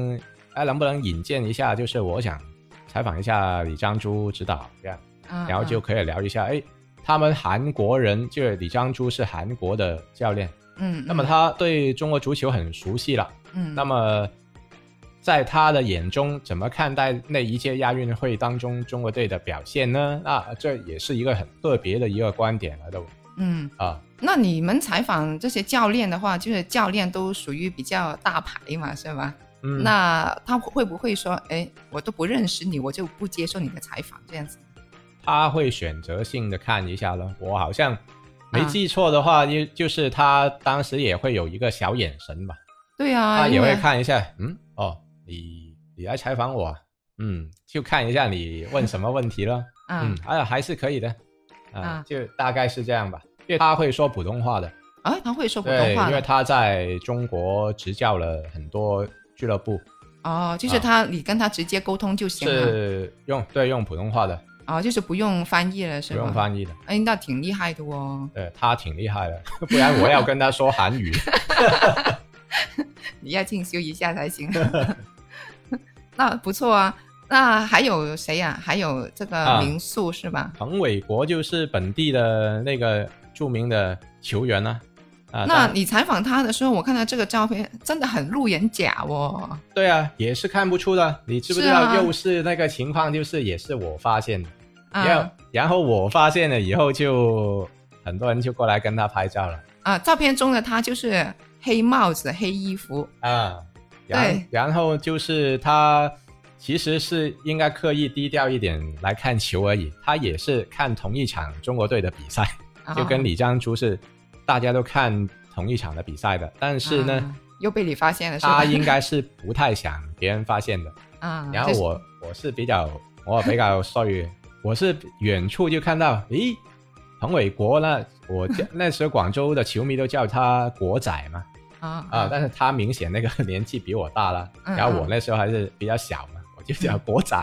Speaker 2: 哎能不能引荐一下？就是我想采访一下李章洙指导这样，
Speaker 1: 啊，
Speaker 2: 然后就
Speaker 1: 啊
Speaker 2: 可以聊一下哎。他们韩国人就是李章洙是韩国的教练，
Speaker 1: 嗯，
Speaker 2: 那么他对中国足球很熟悉了，
Speaker 1: 嗯，
Speaker 2: 那么在他的眼中，怎么看待那一届亚运会当中中国队的表现呢？那这也是一个很特别的一个观点来的
Speaker 1: 嗯，
Speaker 2: 啊。
Speaker 1: 那你们采访这些教练的话，就是教练都属于比较大牌嘛，是吧？
Speaker 2: 嗯，
Speaker 1: 那他会不会说，哎，我都不认识你，我就不接受你的采访这样子？
Speaker 2: 他会选择性的看一下了。我好像
Speaker 1: 啊
Speaker 2: 没记错的话，就、就是他当时也会有一个小眼神吧，
Speaker 1: 对啊，
Speaker 2: 他也
Speaker 1: 因为
Speaker 2: 会看一下，嗯，哦，你你来采访我啊，嗯，就看一下你问什么问题了，
Speaker 1: 啊、
Speaker 2: 嗯，啊，还是可以的，啊，
Speaker 1: 啊
Speaker 2: 就大概是这样吧。因为他会说普通话的，
Speaker 1: 啊，他会说普
Speaker 2: 对，
Speaker 1: 通话
Speaker 2: 因为
Speaker 1: 的
Speaker 2: 他在中国执教了很多俱乐部，
Speaker 1: 哦，就是
Speaker 2: 啊
Speaker 1: 他、你跟他直接沟通就行啊了，
Speaker 2: 是用对用普通话的，
Speaker 1: 哦，就是不用翻译了，
Speaker 2: 不
Speaker 1: 是吧？
Speaker 2: 用翻译的。
Speaker 1: 哎，那挺厉害的哦，
Speaker 2: 对他挺厉害的， 不然我要跟他说韩语。
Speaker 1: 你要进修一下才 行。 那不错啊，那还有谁呀、还有这个
Speaker 2: 啊
Speaker 1: 民宿是吧？
Speaker 2: 彭伟国就是本地的那个著名的球员呢、啊。
Speaker 1: 那
Speaker 2: 但
Speaker 1: 你采访他的时候，我看到这个照片真的很路人甲哦。
Speaker 2: 对啊，也是看不出的。你知不知
Speaker 1: 是啊
Speaker 2: 道？又是那个情况，就是也是我发现的。然
Speaker 1: 啊
Speaker 2: 后然后我发现了以后就，很多人就过来跟他拍照了
Speaker 1: 啊，照片中的他就是黑帽子、黑衣服
Speaker 2: 啊。然
Speaker 1: 对
Speaker 2: 然后就是他其实是应该刻意低调一点来看球而已。他也是看同一场中国队的比赛。
Speaker 1: 啊，
Speaker 2: 就跟李章洙是大家都看同一场的比赛的，但是呢，
Speaker 1: 啊又被你发现了是吧
Speaker 2: 他？应该是不太想别人发现的。
Speaker 1: 啊，
Speaker 2: 然后
Speaker 1: 就是
Speaker 2: 我我是比较我比较 sorry，我 是远处就看到，咦，彭伟国呢？我叫 那时候广州的球迷都叫他国仔嘛，
Speaker 1: 啊
Speaker 2: 啊，但是他明显那个年纪比我大了，
Speaker 1: 嗯
Speaker 2: 然后我那时候还是比较小 嘛， 我就叫国仔，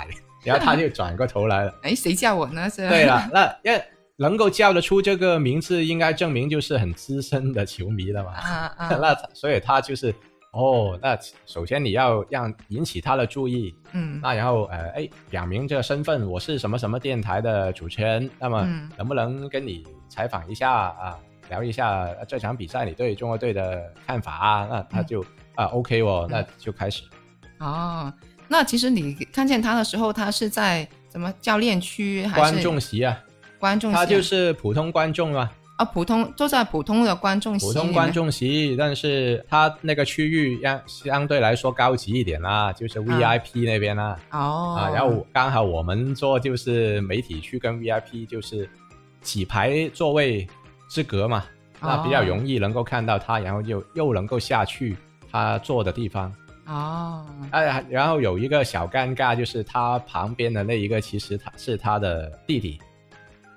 Speaker 2: 然后他就转过头来了。啊
Speaker 1: 哎，谁叫我呢？是
Speaker 2: 对了，那因为能够叫得出这个名字，应该证明就是很资深的球迷了嘛。
Speaker 1: 啊啊，
Speaker 2: 那他所以他就是哦，那首先你要让引起他的注意，
Speaker 1: 嗯
Speaker 2: 那然后呃，哎，表明这个身份，我是什么什么电台的主持人，那么
Speaker 1: 嗯
Speaker 2: 能不能跟你采访一下啊，聊一下呃这场比赛你对中国队的看法啊？那
Speaker 1: 嗯
Speaker 2: 他就、啊 OK 哦，那就开始。
Speaker 1: 哦，那其实你看见他的时候，他是在什么教练区嗯还是
Speaker 2: 观众席啊，
Speaker 1: 观众席啊？
Speaker 2: 他就是普通观众啊，
Speaker 1: 啊，普通坐在普通的观众席啊
Speaker 2: 普
Speaker 1: 里面，
Speaker 2: 通观众席，但是他那个区域相相对来说高级一点啦、就是
Speaker 1: 啊
Speaker 2: VIP 那边啦、
Speaker 1: 哦
Speaker 2: 啊，然后我刚好我们做就是媒体区跟 VIP 就是几排座位之隔嘛，那比较
Speaker 1: 哦
Speaker 2: 容易能够看到他，然后又又能够下去他坐的地方。
Speaker 1: 哦
Speaker 2: 啊，然后有一个小尴尬，就是他旁边的那一个其实他是他的弟弟，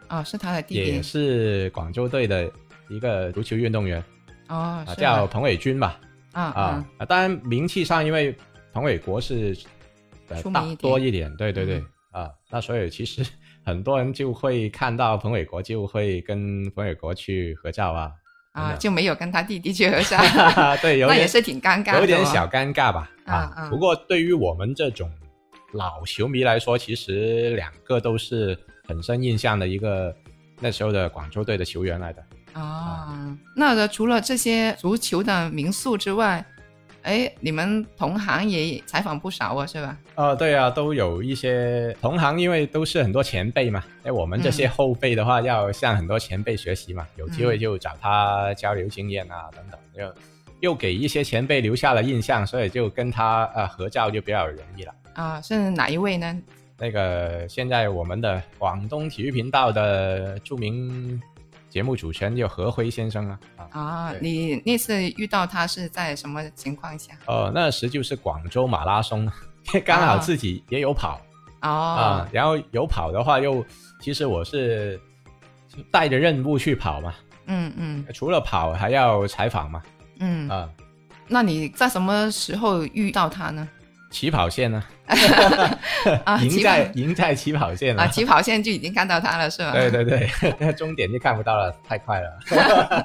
Speaker 1: 哦是他的弟
Speaker 2: 也
Speaker 1: 弟
Speaker 2: 是广州队的一个足球运动员
Speaker 1: 哦，
Speaker 2: 啊，
Speaker 1: 是
Speaker 2: 叫
Speaker 1: 吧
Speaker 2: 彭伟军吧。
Speaker 1: 啊
Speaker 2: 啊
Speaker 1: 啊，
Speaker 2: 啊当然名气上，因为彭伟国是呃
Speaker 1: 出名
Speaker 2: 大
Speaker 1: 一点
Speaker 2: 多一点，对对对
Speaker 1: 嗯
Speaker 2: 啊，那所以其实 很多人就会看到彭伟国，就会跟彭伟国去合照啊，
Speaker 1: 啊
Speaker 2: 真的
Speaker 1: 就没有跟他弟弟去合照，
Speaker 2: 对， 有
Speaker 1: 那也
Speaker 2: 点
Speaker 1: 是挺尴尬的、哦，
Speaker 2: 有点小尴尬吧
Speaker 1: 啊
Speaker 2: 啊。
Speaker 1: 啊
Speaker 2: 不过对于我们这种老球迷来说，其实两个都是很深印象的一个那时候的广州队的球员来的。
Speaker 1: 哦，那除了这些足球的民宿之外，哎，你们同行也采访不少啊，是吧？
Speaker 2: 呃，对啊，都有一些同行，因为都是很多前辈嘛。哎，我们这些后辈的话，要向很多前辈学习嘛，有机会
Speaker 1: 嗯
Speaker 2: 就找他交流经验啊，等等，又又给一些前辈留下了印象，所以就跟他呃合照就比较容易了。
Speaker 1: 啊，是哪一位呢？
Speaker 2: 那个现在我们的广东体育频道的著名节目主持人就何辉先生啊，啊，
Speaker 1: 啊，
Speaker 2: 对
Speaker 1: 你那次遇到他是在什么情况下？
Speaker 2: 呃，那时就是广州马拉松， 刚好自己也有跑。
Speaker 1: 哦，
Speaker 2: 啊，然后有跑的话又，其实我是带着任务去跑嘛，
Speaker 1: 嗯嗯
Speaker 2: 除了跑还要采访嘛，
Speaker 1: 嗯，
Speaker 2: 啊，
Speaker 1: 那你在什么时候遇到他呢？
Speaker 2: 起跑线呢、
Speaker 1: 啊，
Speaker 2: 赢
Speaker 1: 起
Speaker 2: 在
Speaker 1: 跑
Speaker 2: 赢在起跑线 了，
Speaker 1: 啊，起跑线就已经看到他了，是吧？
Speaker 2: 对。对对，那终点就看不到了，太快了。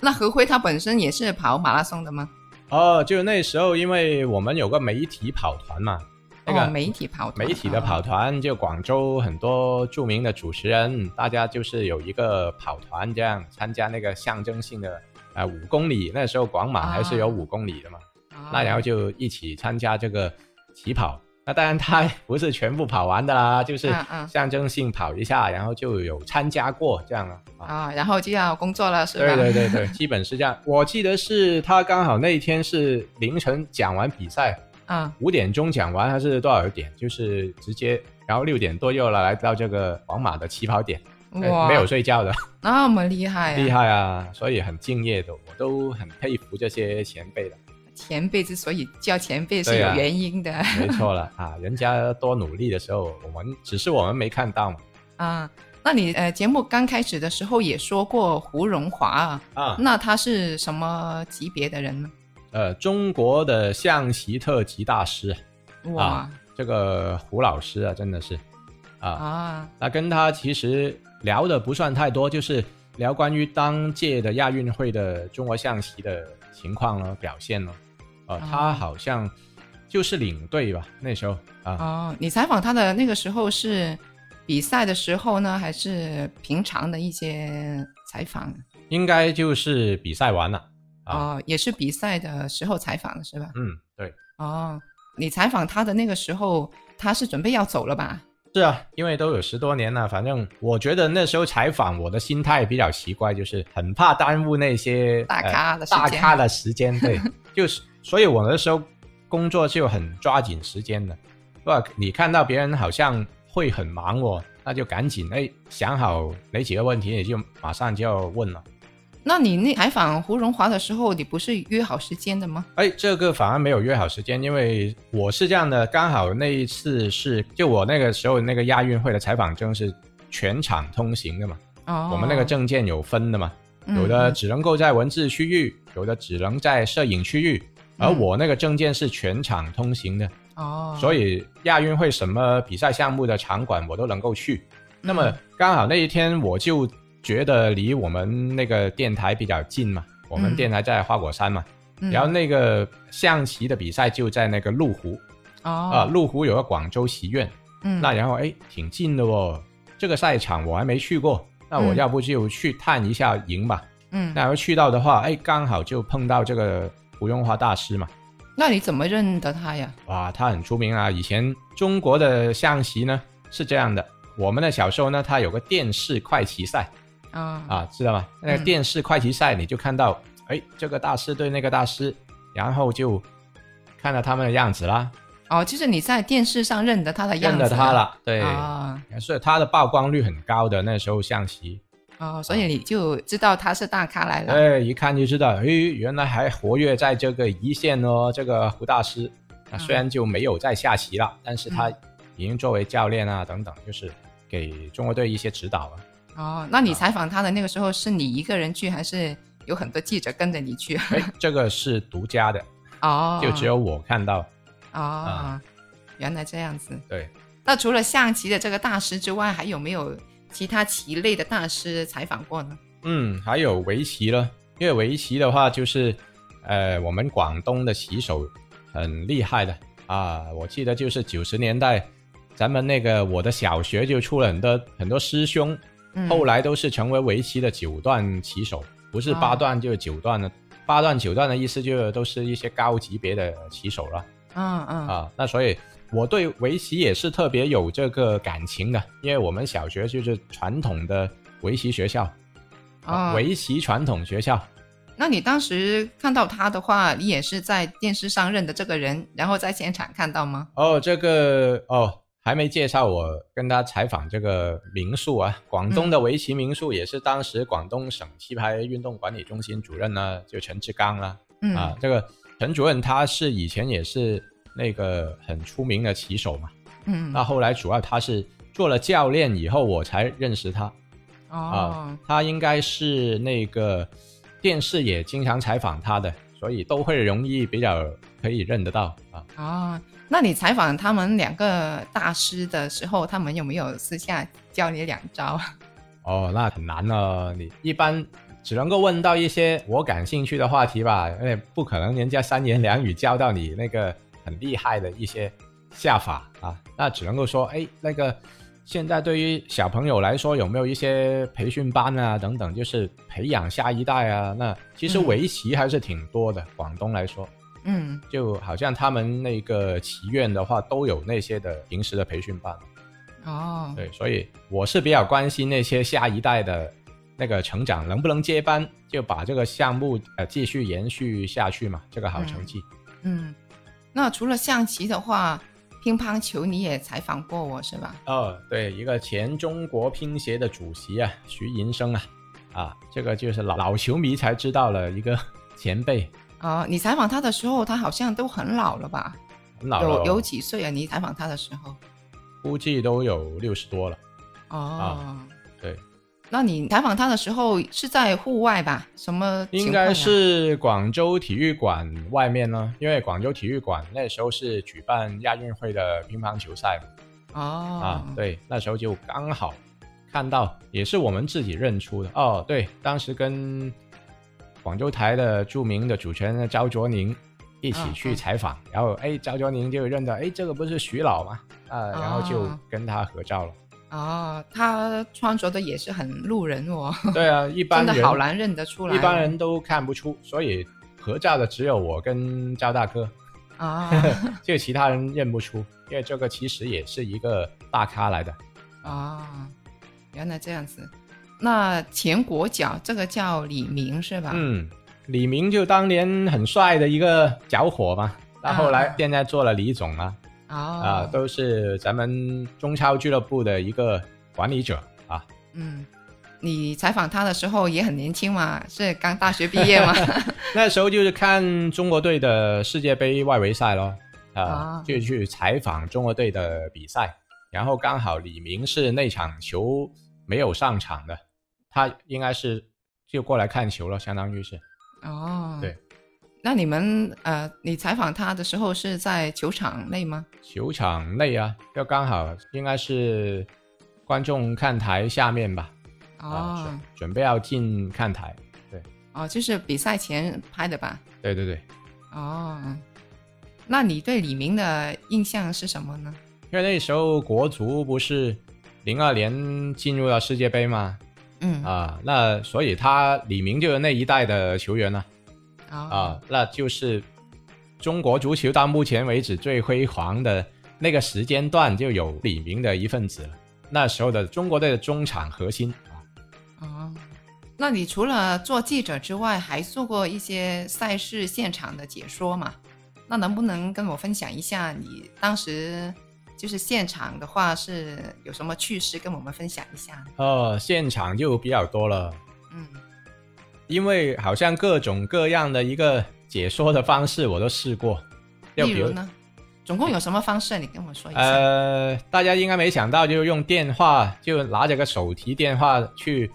Speaker 1: 那何辉他本身也是跑马拉松的吗？
Speaker 2: 哦，就那时候因为我们有个媒体跑团嘛，那个、
Speaker 1: 哦，媒体跑团，
Speaker 2: 媒体的跑
Speaker 1: 哦
Speaker 2: 团，就广州很多著名的主持人，大家就是有一个跑团，这样参加那个象征性的呃五公里，那时候广马还是有
Speaker 1: 啊
Speaker 2: 五公里的嘛，
Speaker 1: 哦
Speaker 2: 那然后就一起参加这个起跑。那当然他不是全部跑完的啦，就是
Speaker 1: 嗯嗯
Speaker 2: 象征性跑一下，然后就有参加过这样啊。啊
Speaker 1: 啊，然后就要工作了，是吧？
Speaker 2: 对对对对，基本是这样。我记得是他刚好那一天是凌晨讲完比赛，
Speaker 1: 啊
Speaker 2: 五点钟讲完还是多少点？就是直接，然后六点多又来到这个皇马的起跑点，哎
Speaker 1: 哇，
Speaker 2: 没有睡觉的，
Speaker 1: 那么厉害、啊，
Speaker 2: 厉害啊！所以很敬业的，我都很佩服这些前辈的。
Speaker 1: 前辈之所以叫前辈是
Speaker 2: 对
Speaker 1: 有
Speaker 2: 啊
Speaker 1: 原因的
Speaker 2: 没错了啊，人家多努力的时候，我们只是我们没看到嘛。
Speaker 1: 啊。那你呃，节目刚开始的时候也说过胡荣华啊，
Speaker 2: 啊，
Speaker 1: 那他是什么级别的人呢？
Speaker 2: 呃，中国的象棋特级大师，
Speaker 1: 哇
Speaker 2: 啊这个胡老师啊，真的是
Speaker 1: 啊
Speaker 2: 啊，那跟他其实聊的不算太多，就是聊关于当届的亚运会的中国象棋的情况呢、表现呢。呃，
Speaker 1: 啊
Speaker 2: 他好像就是领队吧，那时候啊，
Speaker 1: 哦，你采访他的那个时候是比赛的时候呢，还是平常的一些采访？
Speaker 2: 应该就是比赛完了啊。
Speaker 1: 哦，也是比赛的时候采访的是吧？
Speaker 2: 嗯，对，
Speaker 1: 哦，你采访他的那个时候，他是准备要走了吧？
Speaker 2: 是啊，因为都有十多年了，反正我觉得那时候采访我的心态比较奇怪，就是很怕耽误那些
Speaker 1: 大
Speaker 2: 呃
Speaker 1: 咖的时
Speaker 2: 大
Speaker 1: 间
Speaker 2: 咖的时间， 对，就是，所以我那时候工作就很抓紧时间的。不，你看到别人好像会很忙哦，那就赶紧哎想好哪几个问题，你就马上就要问了。
Speaker 1: 那你那采访胡荣华的时候，你不是约好时间的吗？
Speaker 2: 哎，这个反而没有约好时间，因为我是这样的，刚好那一次是就我那个时候那个亚运会的采访证是全场通行的嘛，
Speaker 1: 哦，
Speaker 2: 我们那个证件有分的嘛，
Speaker 1: 嗯
Speaker 2: 有的只能够在文字区域，有的只能在摄影区域。而
Speaker 1: 嗯
Speaker 2: 我那个证件是全场通行的，
Speaker 1: 嗯哦，
Speaker 2: 所
Speaker 1: 以
Speaker 2: 以亚运会什么比赛项目的场馆我都能够去那么
Speaker 1: 嗯
Speaker 2: 刚好那一天我就觉得离我们那个电台比较近嘛，我们
Speaker 1: 嗯
Speaker 2: 电台在花果山嘛，
Speaker 1: 嗯
Speaker 2: 然后那个象棋的比赛就在那个麓湖啊、
Speaker 1: 哦，
Speaker 2: 麓湖有个广州棋院，
Speaker 1: 嗯
Speaker 2: 那然后哎挺近的哦，这个赛场我还没去过，那我
Speaker 1: 嗯
Speaker 2: 要不就去探一下营吧。
Speaker 1: 嗯，
Speaker 2: 那要去到的话，哎刚好就碰到这个胡荣华大师嘛，
Speaker 1: 那你怎么认得他呀？
Speaker 2: 哇，他很出名啊！以前中国的象棋呢是这样的，我们的小时候呢，它有个电视快棋赛
Speaker 1: 啊
Speaker 2: 啊，知道吗？那个
Speaker 1: 嗯
Speaker 2: 电视快棋赛你就看到，哎、这个大师对那个大师，然后就看到他们的样子啦，
Speaker 1: 哦，就是你在电视上认得他的样
Speaker 2: 认
Speaker 1: 子，
Speaker 2: 得他了，对，
Speaker 1: 啊
Speaker 2: 所以他的曝光率很高的那时候象棋，
Speaker 1: 哦，所以你就知道他是大咖来了。
Speaker 2: 啊哎，一看就知道，哎，原来还活跃在这个一线哦，这个胡大师。啊，
Speaker 1: 嗯
Speaker 2: 虽然就没有在下棋了，但是他
Speaker 1: 嗯
Speaker 2: 已经作为教练啊等等，就是给中国队一些指导啊。
Speaker 1: 哦，那你采访他的那个时候是你一个人去，还是有很多记者跟着你去？
Speaker 2: 哎，这个是独家的，
Speaker 1: 哦，
Speaker 2: 就只有我看到。
Speaker 1: 哦，
Speaker 2: 啊
Speaker 1: 原来这样子。
Speaker 2: 对，
Speaker 1: 那除了象棋的这个大师之外，还有没有其他棋类的大师采访过呢？
Speaker 2: 嗯，还有围棋了，因为围棋的话就是，呃，我们广东的棋手很厉害的啊，我记得就是九十年代，咱们那个我的小学就出了很多很多师兄，
Speaker 1: 嗯，
Speaker 2: 后来都是成为围棋的九段棋手，不是
Speaker 1: 啊
Speaker 2: 八段就是九段了。八段九段的意思就是都是一些高级别的棋手了
Speaker 1: 嗯嗯
Speaker 2: 啊。那所以我对围棋也是特别有这个感情的，因为我们小学就是传统的围棋学校，啊
Speaker 1: 哦
Speaker 2: 围棋传统学校。
Speaker 1: 那你当时看到他的话，你也是在电视上认得这个人，然后在现场看到吗？
Speaker 2: 哦，这个哦还没介绍我跟他采访这个民宿啊，广东的围棋民宿也是当时广东省棋牌运动管理中心主任呢，就陈志刚啦、
Speaker 1: 嗯
Speaker 2: 啊，这个陈主任他是以前也是那个很出名的棋手嘛，
Speaker 1: 嗯
Speaker 2: 那后来主要他是做了教练以后我才认识他啊
Speaker 1: 哦，
Speaker 2: 他应该是那个电视也经常采访他的，所以都会容易比较可以认得到啊。
Speaker 1: 哦，那你采访他们两个大师的时候，他们有没有私下教你两招？
Speaker 2: 哦，那很难了，你一般。只能够问到一些我感兴趣的话题吧，因为不可能人家三言两语教到你那个很厉害的一些下法啊，那只能够说，哎，那个现在对于小朋友来说，有没有一些培训班啊等等，就是培养下一代啊？那其实
Speaker 1: 嗯
Speaker 2: 围棋还是挺多的，广东来说，
Speaker 1: 嗯，
Speaker 2: 就好像他们那个棋院的话，都有那些的平时的培训班。
Speaker 1: 哦，
Speaker 2: 对，所以我是比较关心那些下一代的那个成长能不能接班，就把这个项目呃继续延续下去嘛，这个好成绩。
Speaker 1: 嗯，那除了象棋的话，乒乓球你也采访过我是吧？
Speaker 2: 哦，对，一个前中国乒协的主席啊，徐寅生啊，啊，这个就是老老球迷才知道了一个前辈，
Speaker 1: 哦，你采访他的时候，他好像都很老了吧？
Speaker 2: 很老了
Speaker 1: 有
Speaker 2: 哦，
Speaker 1: 有几岁啊？你采访他的时候？
Speaker 2: 估计都有六十多了。
Speaker 1: 哦，
Speaker 2: 啊对，
Speaker 1: 那你采访他的时候是在户外吧？什么情
Speaker 2: 应
Speaker 1: 况呀
Speaker 2: 该是广州体育馆外面呢，因为广州体育馆那时候是举办亚运会的乒乓球赛嘛。
Speaker 1: 哦
Speaker 2: 啊，，对，那时候就刚好看到，也是我们自己认出的哦。对，当时跟广州台的著名的主持人焦卓宁一起
Speaker 1: 嗯
Speaker 2: 去
Speaker 1: 嗯
Speaker 2: 采访，然后哎，焦卓宁就认得，哎，这个不是徐老吗？啊、然后就
Speaker 1: 哦
Speaker 2: 跟他合 照了。
Speaker 1: 哦，他穿着的也是很路人哦，
Speaker 2: 对啊，一般
Speaker 1: 真
Speaker 2: 人
Speaker 1: 的好难认得出来。哦
Speaker 2: 一般人都看不出，所以合照的只有我跟焦大哥，
Speaker 1: 啊
Speaker 2: 就其他人认不出，因为这个其实也是一个大咖来的。
Speaker 1: 啊，原来这样子。那前国脚这个叫李明是吧？
Speaker 2: 嗯，李明就当年很帅的一个小伙嘛，那后
Speaker 1: 啊
Speaker 2: 来
Speaker 1: 啊
Speaker 2: 现在做了李总啊，
Speaker 1: 哦，
Speaker 2: 啊，都是咱们中超俱乐部的一个管理者啊。
Speaker 1: 嗯，你采访他的时候也很年轻嘛，是刚大学毕业 嘛？
Speaker 2: 那时候就是看中国队的世界杯外围赛咯，啊，
Speaker 1: 啊
Speaker 2: 就去采访中国队的比赛，然后刚好李明是那场球没有上场的，他应该是就过来看球了，相当于是。
Speaker 1: 哦，
Speaker 2: 对。
Speaker 1: 那你们呃，你采访他的时候是在球场内吗？
Speaker 2: 球场内啊，就刚好应该是观众看台下面吧，啊、
Speaker 1: 哦
Speaker 2: 准准备要进看台，
Speaker 1: 哦，就是比赛前拍的吧？
Speaker 2: 对对对，
Speaker 1: 哦，那你对李明的印象是什么呢？
Speaker 2: 因为那时候国足不是零二年进入了世界杯嘛，
Speaker 1: 嗯，
Speaker 2: 啊，那所以他李明就是那一代的球员了
Speaker 1: 哦，
Speaker 2: 啊，那就是中国足球到目前为止最辉煌的那个时间段就有李明的一份子了。那时候的中国队的中场核心啊，
Speaker 1: 哦，那你除了做记者之外，还做过一些赛事现场的解说嘛？那能不能跟我分享一下你当时就是现场的话是有什么趣事跟我们分享一下呢？
Speaker 2: 呃，现场就比较多了，
Speaker 1: 嗯，
Speaker 2: 因为好像各种各样的一个解说的方式我都试过，就
Speaker 1: 例
Speaker 2: 比
Speaker 1: 如
Speaker 2: 如
Speaker 1: 呢，总共有什么方式？你跟我说一下。
Speaker 2: 呃，大家应该没想到，就用电话，就拿着个手提电话去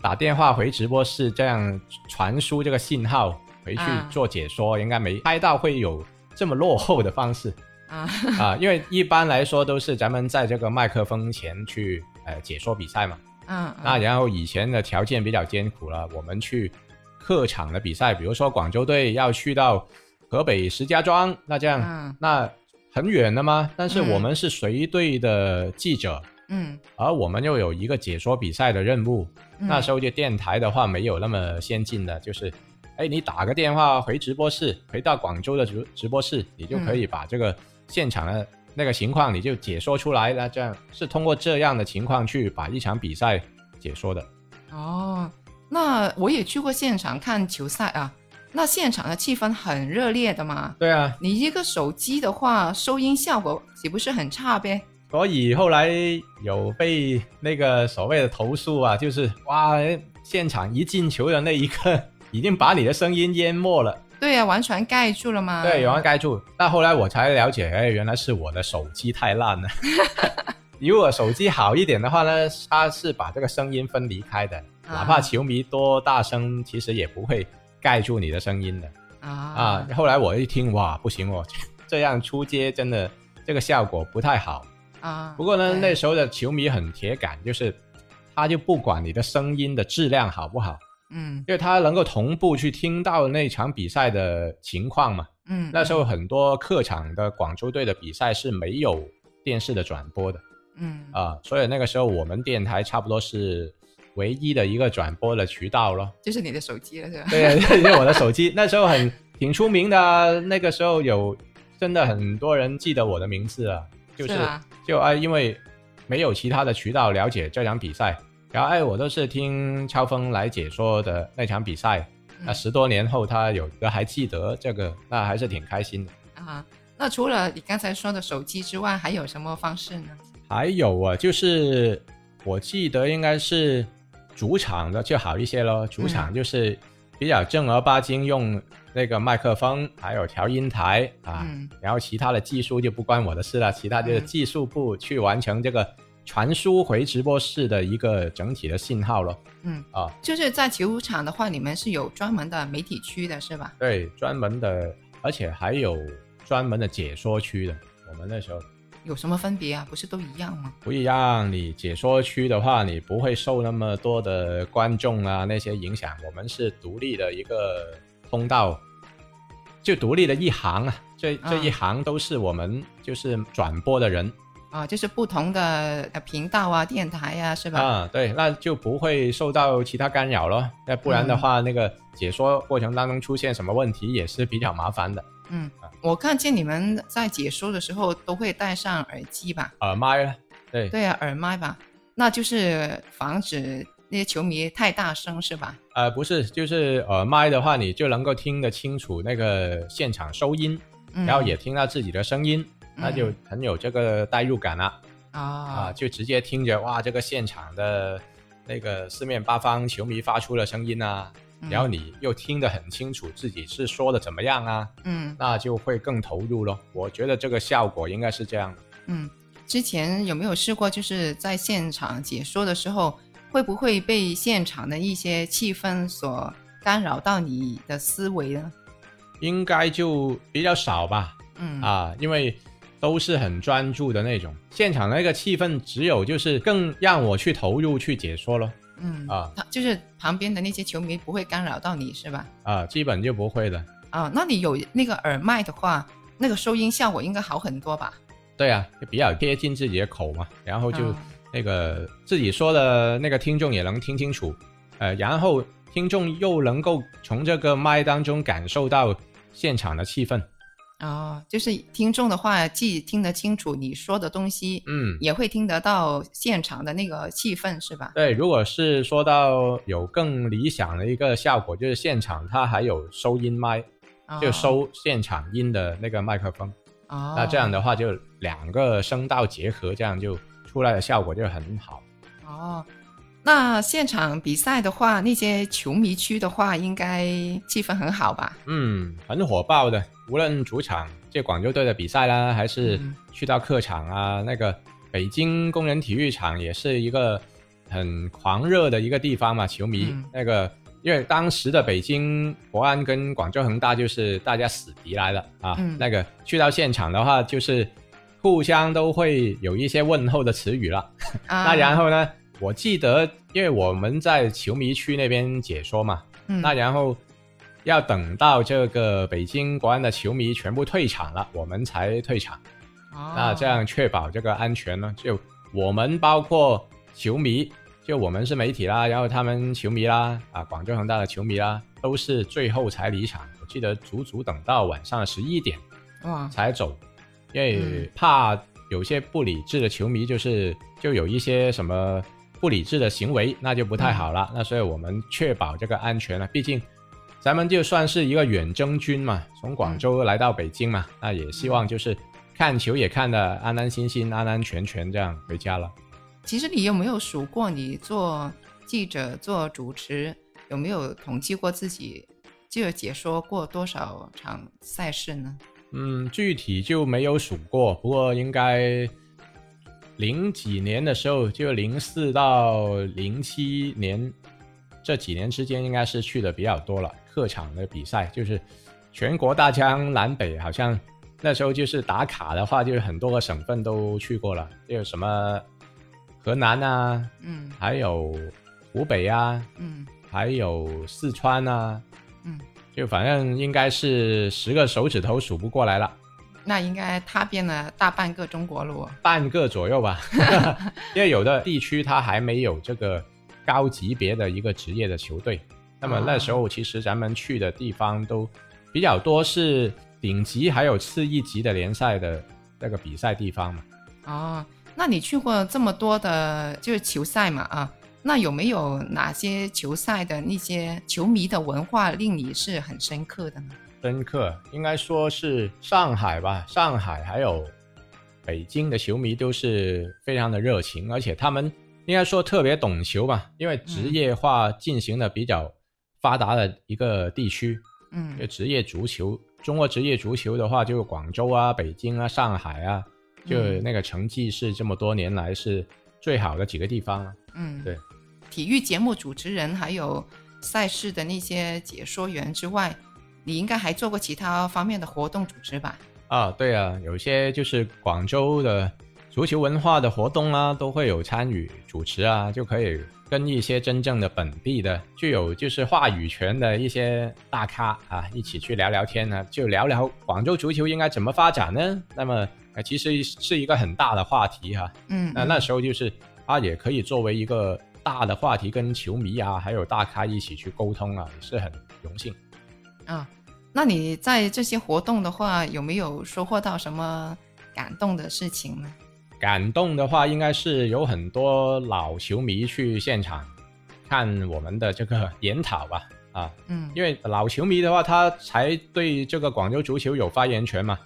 Speaker 2: 打电话回直播室，这样传输这个信号回去
Speaker 1: 啊
Speaker 2: 做解说，应该没猜到会有这么落后的 方式
Speaker 1: 啊，
Speaker 2: 啊、因为一般来说都是咱们在这个麦克风前去呃解说比赛嘛，
Speaker 1: 嗯，
Speaker 2: 啊那
Speaker 1: 嗯
Speaker 2: 然后以前的条件比较艰苦了，我们去客场的比赛，比如说广州队要去到河北石家庄，那这样、
Speaker 1: 嗯
Speaker 2: 那很远的吗？但是
Speaker 1: 嗯
Speaker 2: 我们是随队的记者，
Speaker 1: 嗯，
Speaker 2: 而我们又有一个解说比赛的任务。那时
Speaker 1: 候
Speaker 2: 候就电台的话没有那么先进的，就是。哎，你打个电话回直播室，回到广州的直直播室，你就可以把这个现场的那个情况，你就解说出来。那这样是通过这样的情况去把一场比赛解说的。
Speaker 1: 哦，那我也去过现场看球赛啊，那现场的气氛很热烈的嘛。
Speaker 2: 对啊，
Speaker 1: 你一个手机的话，收音效果岂不是很差呗？
Speaker 2: 所以后来有被那个所谓的投诉啊，就是哇，现场一进球的那一刻，已经把你的声音淹没了，
Speaker 1: 对呀、完全盖住了嘛。
Speaker 2: 对，有啊人盖住。但后来我才了解，哎，原来是我的手机太 烂了。如果手机好一点的话呢，它是把这个声音分离开的，
Speaker 1: 啊
Speaker 2: 哪怕球迷多大声，其实也不会盖住你的声音的
Speaker 1: 啊
Speaker 2: 啊。后来我一听，哇，不行哦， 这样出街真的这个效果不太好。
Speaker 1: 啊！
Speaker 2: 不过呢，
Speaker 1: 对
Speaker 2: 那时候的球迷很铁杆，就是他就不管你的声音的质量好不好，
Speaker 1: 嗯
Speaker 2: 因为他能够同步去听到那场比赛的情况嘛。
Speaker 1: 嗯，
Speaker 2: 那时候很多客场的广州队的比赛是没有电视的转播的
Speaker 1: 嗯
Speaker 2: 啊、所以那个时候我们电台差不多是唯一的一个转播的渠道 咯。
Speaker 1: 就是你的手机了是吧？
Speaker 2: 对呀，这是我的手机，那时候很挺出名的啊、那个时候有真的很多人记得我的名字啊，就是
Speaker 1: 吧？
Speaker 2: 就哎，因为没有其他的渠道了解这场比赛，然后哎，我都是听超峰来解说的那场比赛。那
Speaker 1: 嗯
Speaker 2: 十多年后，他有的还记得这个，那还是挺开心的。
Speaker 1: 啊，那除了你刚才说的手机之外，还有什么方式呢？
Speaker 2: 还有啊，就是我记得应该是主场的就好一些
Speaker 1: 嗯
Speaker 2: 咯，主场就是比较正儿八经用那个麦克风，还有调音台啊，
Speaker 1: 嗯
Speaker 2: 然后其他的技术就不关我的事了，其他就是
Speaker 1: 嗯
Speaker 2: 技术部去完成这个传输回直播室的一个整体的信号咯。
Speaker 1: 嗯
Speaker 2: 啊，
Speaker 1: 就是在球场的话，你们是有专门的媒体区的是吧？
Speaker 2: 对，专门的，而且还有专门的解说区的。我们那时候
Speaker 1: 有什么分别啊？不是都一样吗？
Speaker 2: 不一样，你解说区的话，你不会受那么多的观众啊那些影响。我们是独立的一个通道，就独立的一行啊，这这
Speaker 1: 嗯
Speaker 2: 一行都是我们就是转播的人
Speaker 1: 啊，就是不同的呃频道啊、电台啊，是吧？
Speaker 2: 啊、对，那就不会受到其他干扰咯。那不然的话，那个解说过程当中出现什么问题也是比较麻烦的。
Speaker 1: 嗯，我看见你们在解说的时候都会戴上耳机吧？
Speaker 2: 耳呃麦呢？对，
Speaker 1: 对啊，耳麦吧，那就是防止那些球迷太大声，是吧？
Speaker 2: 呃，不是，就是耳麦的话，你就能够听得清楚那个现场收音。
Speaker 1: 嗯、
Speaker 2: 然后也听到自己的声音，那就很有这个代入感了、
Speaker 1: 啊
Speaker 2: 啊！就直接听着哇，这个现场的那个四面八方球迷发出的声音啊，
Speaker 1: 嗯
Speaker 2: 然后你又听得很清楚自己是说的怎么样啊，
Speaker 1: 嗯
Speaker 2: 那就会更投入咯。我觉得这个效果应该是这样的。
Speaker 1: 嗯，之前有没有试过，就是在现场解说的时候，会不会被现场的一些气氛所干扰到你的思维呢？
Speaker 2: 应该就比较少吧，
Speaker 1: 嗯
Speaker 2: 啊，因为都是很专注的那种，现场那个气氛只有就是更让我去投入去解说咯。
Speaker 1: 嗯
Speaker 2: 啊
Speaker 1: 他就是旁边的那些球迷不会干扰到你是吧？
Speaker 2: 啊，基本就不会的。
Speaker 1: 啊，那你有那个耳麦的话，那个收音效果应该好很多吧？
Speaker 2: 对啊，就比较贴近自己的口嘛，然后就
Speaker 1: 嗯
Speaker 2: 那个自己说的那个听众也能听清楚，呃，然后听众又能够从这个麦当中感受到现场的气氛。
Speaker 1: 哦，就是听众的话，既听得清楚你说的东西，
Speaker 2: 嗯，
Speaker 1: 也会听得到现场的那个气氛，是吧？
Speaker 2: 对，如果是说到有更理想的一个效果，就是现场它还有收音麦，
Speaker 1: 哦
Speaker 2: 就收现场音的那个麦克风。
Speaker 1: 哦，
Speaker 2: 那这样的话，就两个声道结合，这样就出来的效果就很好。
Speaker 1: 哦。那现场比赛的话，那些球迷区的话，应该气氛很好吧？
Speaker 2: 嗯，很火爆的，无论主场这广州队的比赛啦，还是
Speaker 1: 嗯
Speaker 2: 去到客场啊，那个北京工人体育场也是一个很狂热的一个地方嘛，球迷、
Speaker 1: 嗯
Speaker 2: 那个。因为当时的北京国安跟广州恒大就是大家死敌来了啊，
Speaker 1: 嗯
Speaker 2: 那个去到现场的话，就是互相都会有一些问候的词语了。
Speaker 1: 啊，
Speaker 2: 那然后呢，我记得，因为我们在球迷区那边解说嘛，
Speaker 1: 嗯，
Speaker 2: 那然后要等到这个北京国安的球迷全部退场了，我们才退场。
Speaker 1: 哦
Speaker 2: 那啊这样确保这个安全呢？就我们包括球迷，就我们是媒体啦，然后他们球迷啦，啊，广州恒大的球迷啦，都是最后才离场。我记得足足等到晚上十一点
Speaker 1: 哇，
Speaker 2: 才走，因为
Speaker 1: 嗯
Speaker 2: 怕有些不理智的球迷就是就有一些什么不理智的行为，那就不太好了。那所以我们确保这个安全了，毕竟咱们就算是一个远征军嘛，从广州来到北京嘛，那也希望就是看球也看的安安心心、安安全全这样回家了。
Speaker 1: 其实你有没有数过，你做记者、做主持，有没有统计过自己就解说过多少场赛事呢？
Speaker 2: 嗯，具体就没有数过，不过应该零几年的时候，就零四到零七年这几年之间，应该是去的比较多了。客场的比赛就是全国大江南北，好像那时候就是打卡的话，就是很多个省份都去过了，就有什么河南啊，
Speaker 1: 嗯
Speaker 2: 还有湖北啊，
Speaker 1: 嗯
Speaker 2: 还有四川啊，
Speaker 1: 嗯，
Speaker 2: 就反正应该是十个手指头数不过来了。
Speaker 1: 那应该踏遍了大半个中国路。
Speaker 2: 半个左右吧， 因为有的地区它还没有这个高级别的一个职业的球队。那么那时候其实咱们去的地方都比较多，是顶级还有次一级的联赛的那个比赛地方嘛。
Speaker 1: 哦，那你去过这么多的，就是球赛嘛啊？那有没有哪些球赛的那些球迷的文化令你是很深刻的呢？
Speaker 2: 深刻，应该说是上海吧，上海还有北京的球迷都是非常的热情，而且他们应该说特别懂球吧，因为职业化进行的比较发达的一个地区，
Speaker 1: 嗯
Speaker 2: 就职业足球，中国职业足球的话，就广州啊、北京啊、上海啊，就
Speaker 1: 嗯
Speaker 2: 那个成绩是这么多年来是最好的几个地方啊了。
Speaker 1: 嗯，
Speaker 2: 对。
Speaker 1: 体育节目主持人还有赛事的那些解说员之外，你应该还做过其他方面的活动组织吧？
Speaker 2: 啊，对啊，有些就是广州的足球文化的活动啊，都会有参与主持啊，就可以跟一些真正的本地的具有就是话语权的一些大咖啊，一起去聊聊天呢、就聊聊广州足球应该怎么发展呢？那么呃其实是一个很大的话题哈、
Speaker 1: 嗯，
Speaker 2: 那那时候就是它也可以作为一个大的话题，跟球迷啊，还有大咖一起去沟通啊，也是很荣幸。
Speaker 1: 啊，那你在这些活动的话，有没有收获到什么感动的事情呢？
Speaker 2: 感动的话，应该是有很多老球迷去现场看我们的这个 研讨吧，啊，
Speaker 1: 嗯，
Speaker 2: 因为老球迷的话，他才对这个广州足球有发言权嘛。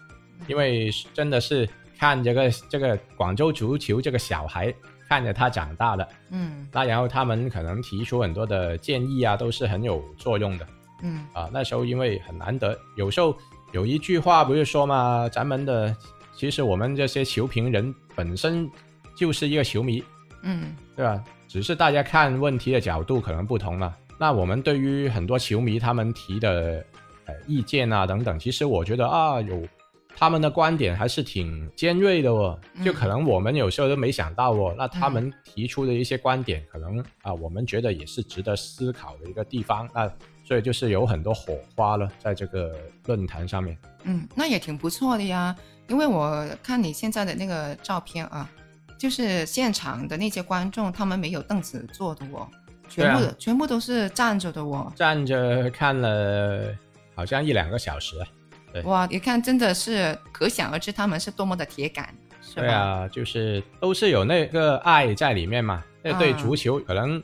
Speaker 2: 因为真的是看这个这个广州足球这个小孩，看着他长大的，
Speaker 1: 嗯
Speaker 2: 那然后他们可能提出很多的建议啊，都是很有作用的。
Speaker 1: 嗯
Speaker 2: 啊，那时候因为很难得，有时候有一句话不是说嘛，咱们的其实我们这些球评人本身就是一个球迷，
Speaker 1: 嗯
Speaker 2: 对吧？只是大家看问题的角度可能不同嘛。那我们对于很多球迷他们提的呃意见啊等等，其实我觉得啊有他们的观点还是挺尖锐的哦，就可能我们有时候都没想到哦。那他们提出的一些观点，可能啊，我们觉得也是值得思考的一个地方。那所以就是有很多火花了，在这个论坛上面。
Speaker 1: 嗯，那也挺不错的呀。因为我看你现在的那个照片啊，就是现场的那些观众，他们没有凳子坐的哦，全部
Speaker 2: 对
Speaker 1: 的、
Speaker 2: 啊
Speaker 1: 全部都是站着的哦。
Speaker 2: 站着看了好像一两个小时，啊对
Speaker 1: 哇，你看，真的是可想而知他们是多么的铁杆，是吧？
Speaker 2: 对啊，就是都是有那个爱在里面嘛。那对
Speaker 1: 嗯
Speaker 2: 足球，可能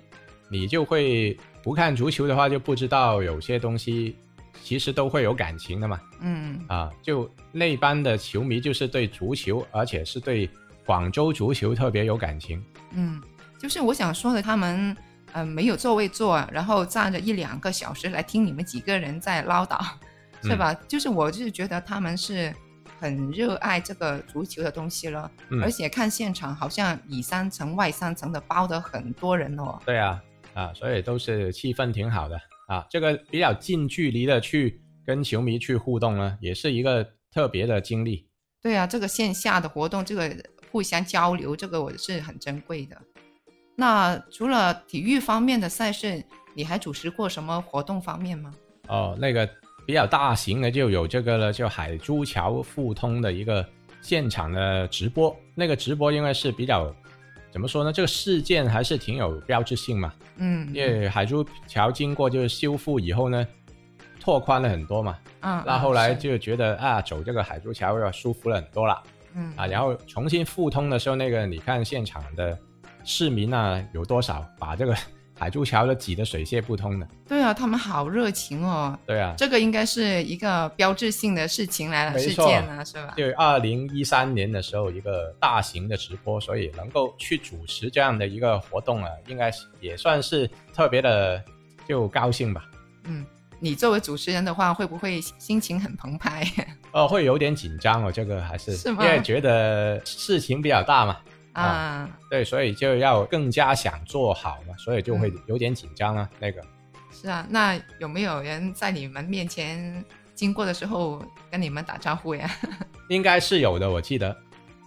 Speaker 2: 你就会不看足球的话，就不知道有些东西其实都会有感情的嘛。
Speaker 1: 嗯
Speaker 2: 啊，就那班的球迷就是对足球，而且是对广州足球特别有感情。
Speaker 1: 嗯，就是我想说的，他们呃没有座位坐，然后站着一两个小时来听你们几个人在唠叨，
Speaker 2: 嗯
Speaker 1: 是吧？就是我就是觉得他们是很热爱这个足球的东西了，
Speaker 2: 嗯
Speaker 1: 而且看现场好像里三层外三层的包的很多人哦。
Speaker 2: 对啊，啊，所以都是气氛挺好的啊。这个比较近距离的去跟球迷去互动呢，也是一个特别的经历。
Speaker 1: 对啊，这个线下的活动，这个互相交流，这个我是很珍贵的。那除了体育方面的赛事，你还主持过什么活动方面吗？
Speaker 2: 哦，那个比较大型的就有这个了，就海珠桥互通的一个现场的直播。那个直播因为是比较怎么说呢，这个事件还是挺有标志性嘛。
Speaker 1: 嗯，
Speaker 2: 因为海珠桥经过就是修复以后呢，拓宽了很多嘛。
Speaker 1: 嗯，
Speaker 2: 那
Speaker 1: 嗯
Speaker 2: 后来
Speaker 1: 是
Speaker 2: 就觉得啊，走这个海珠桥要舒服了很多了
Speaker 1: 嗯
Speaker 2: 啊。然后重新复通的时候，那个你看现场的市民啊，有多少把这个海珠桥都挤得水泄不通的？
Speaker 1: 对啊，他们好热情哦，
Speaker 2: 对啊，
Speaker 1: 这个应该是一个标志性的事情来了，
Speaker 2: 没
Speaker 1: 事
Speaker 2: 错
Speaker 1: 件啊，是吧？
Speaker 2: 就二零一三年的时候一个大型的直播，所以能够去主持这样的一个活动啊，应该是也算是特别的就高兴吧。
Speaker 1: 嗯，你作为主持人的话，会不会心情很澎湃？
Speaker 2: 哦，会有点紧张哦，这个还是
Speaker 1: 是
Speaker 2: 因
Speaker 1: 吗
Speaker 2: 为觉得事情比较大嘛，
Speaker 1: 啊，
Speaker 2: 对，所以就要更加想做好嘛，所以就
Speaker 1: 嗯
Speaker 2: 会有点紧张啊。那个
Speaker 1: 是啊，那有没有人在你们面前经过的时候跟你们打招呼呀？
Speaker 2: 应该是有的，我记得，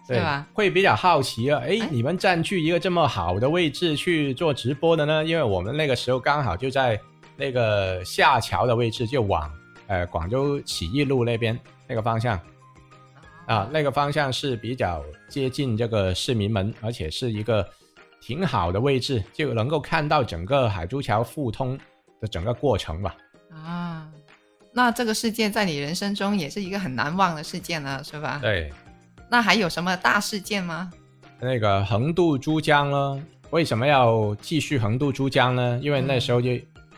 Speaker 2: 对
Speaker 1: 是吧？
Speaker 2: 会比较好奇啊，哎
Speaker 1: 哎，
Speaker 2: 你们占据一个这么好的位置去做直播的呢？因为我们那个时候刚好就在那个下桥的位置，就往呃广州起义路那边那个方向啊，那个方向是比较接近这个市民门，而且是一个挺好的位置，就能够看到整个海珠桥复通的整个过程吧。
Speaker 1: 啊，那这个事件在你人生中也是一个很难忘的事件了，是吧？
Speaker 2: 对，
Speaker 1: 那还有什么大事件吗？
Speaker 2: 那个横渡珠江呢，为什么要继续横渡珠江呢？因为那时候就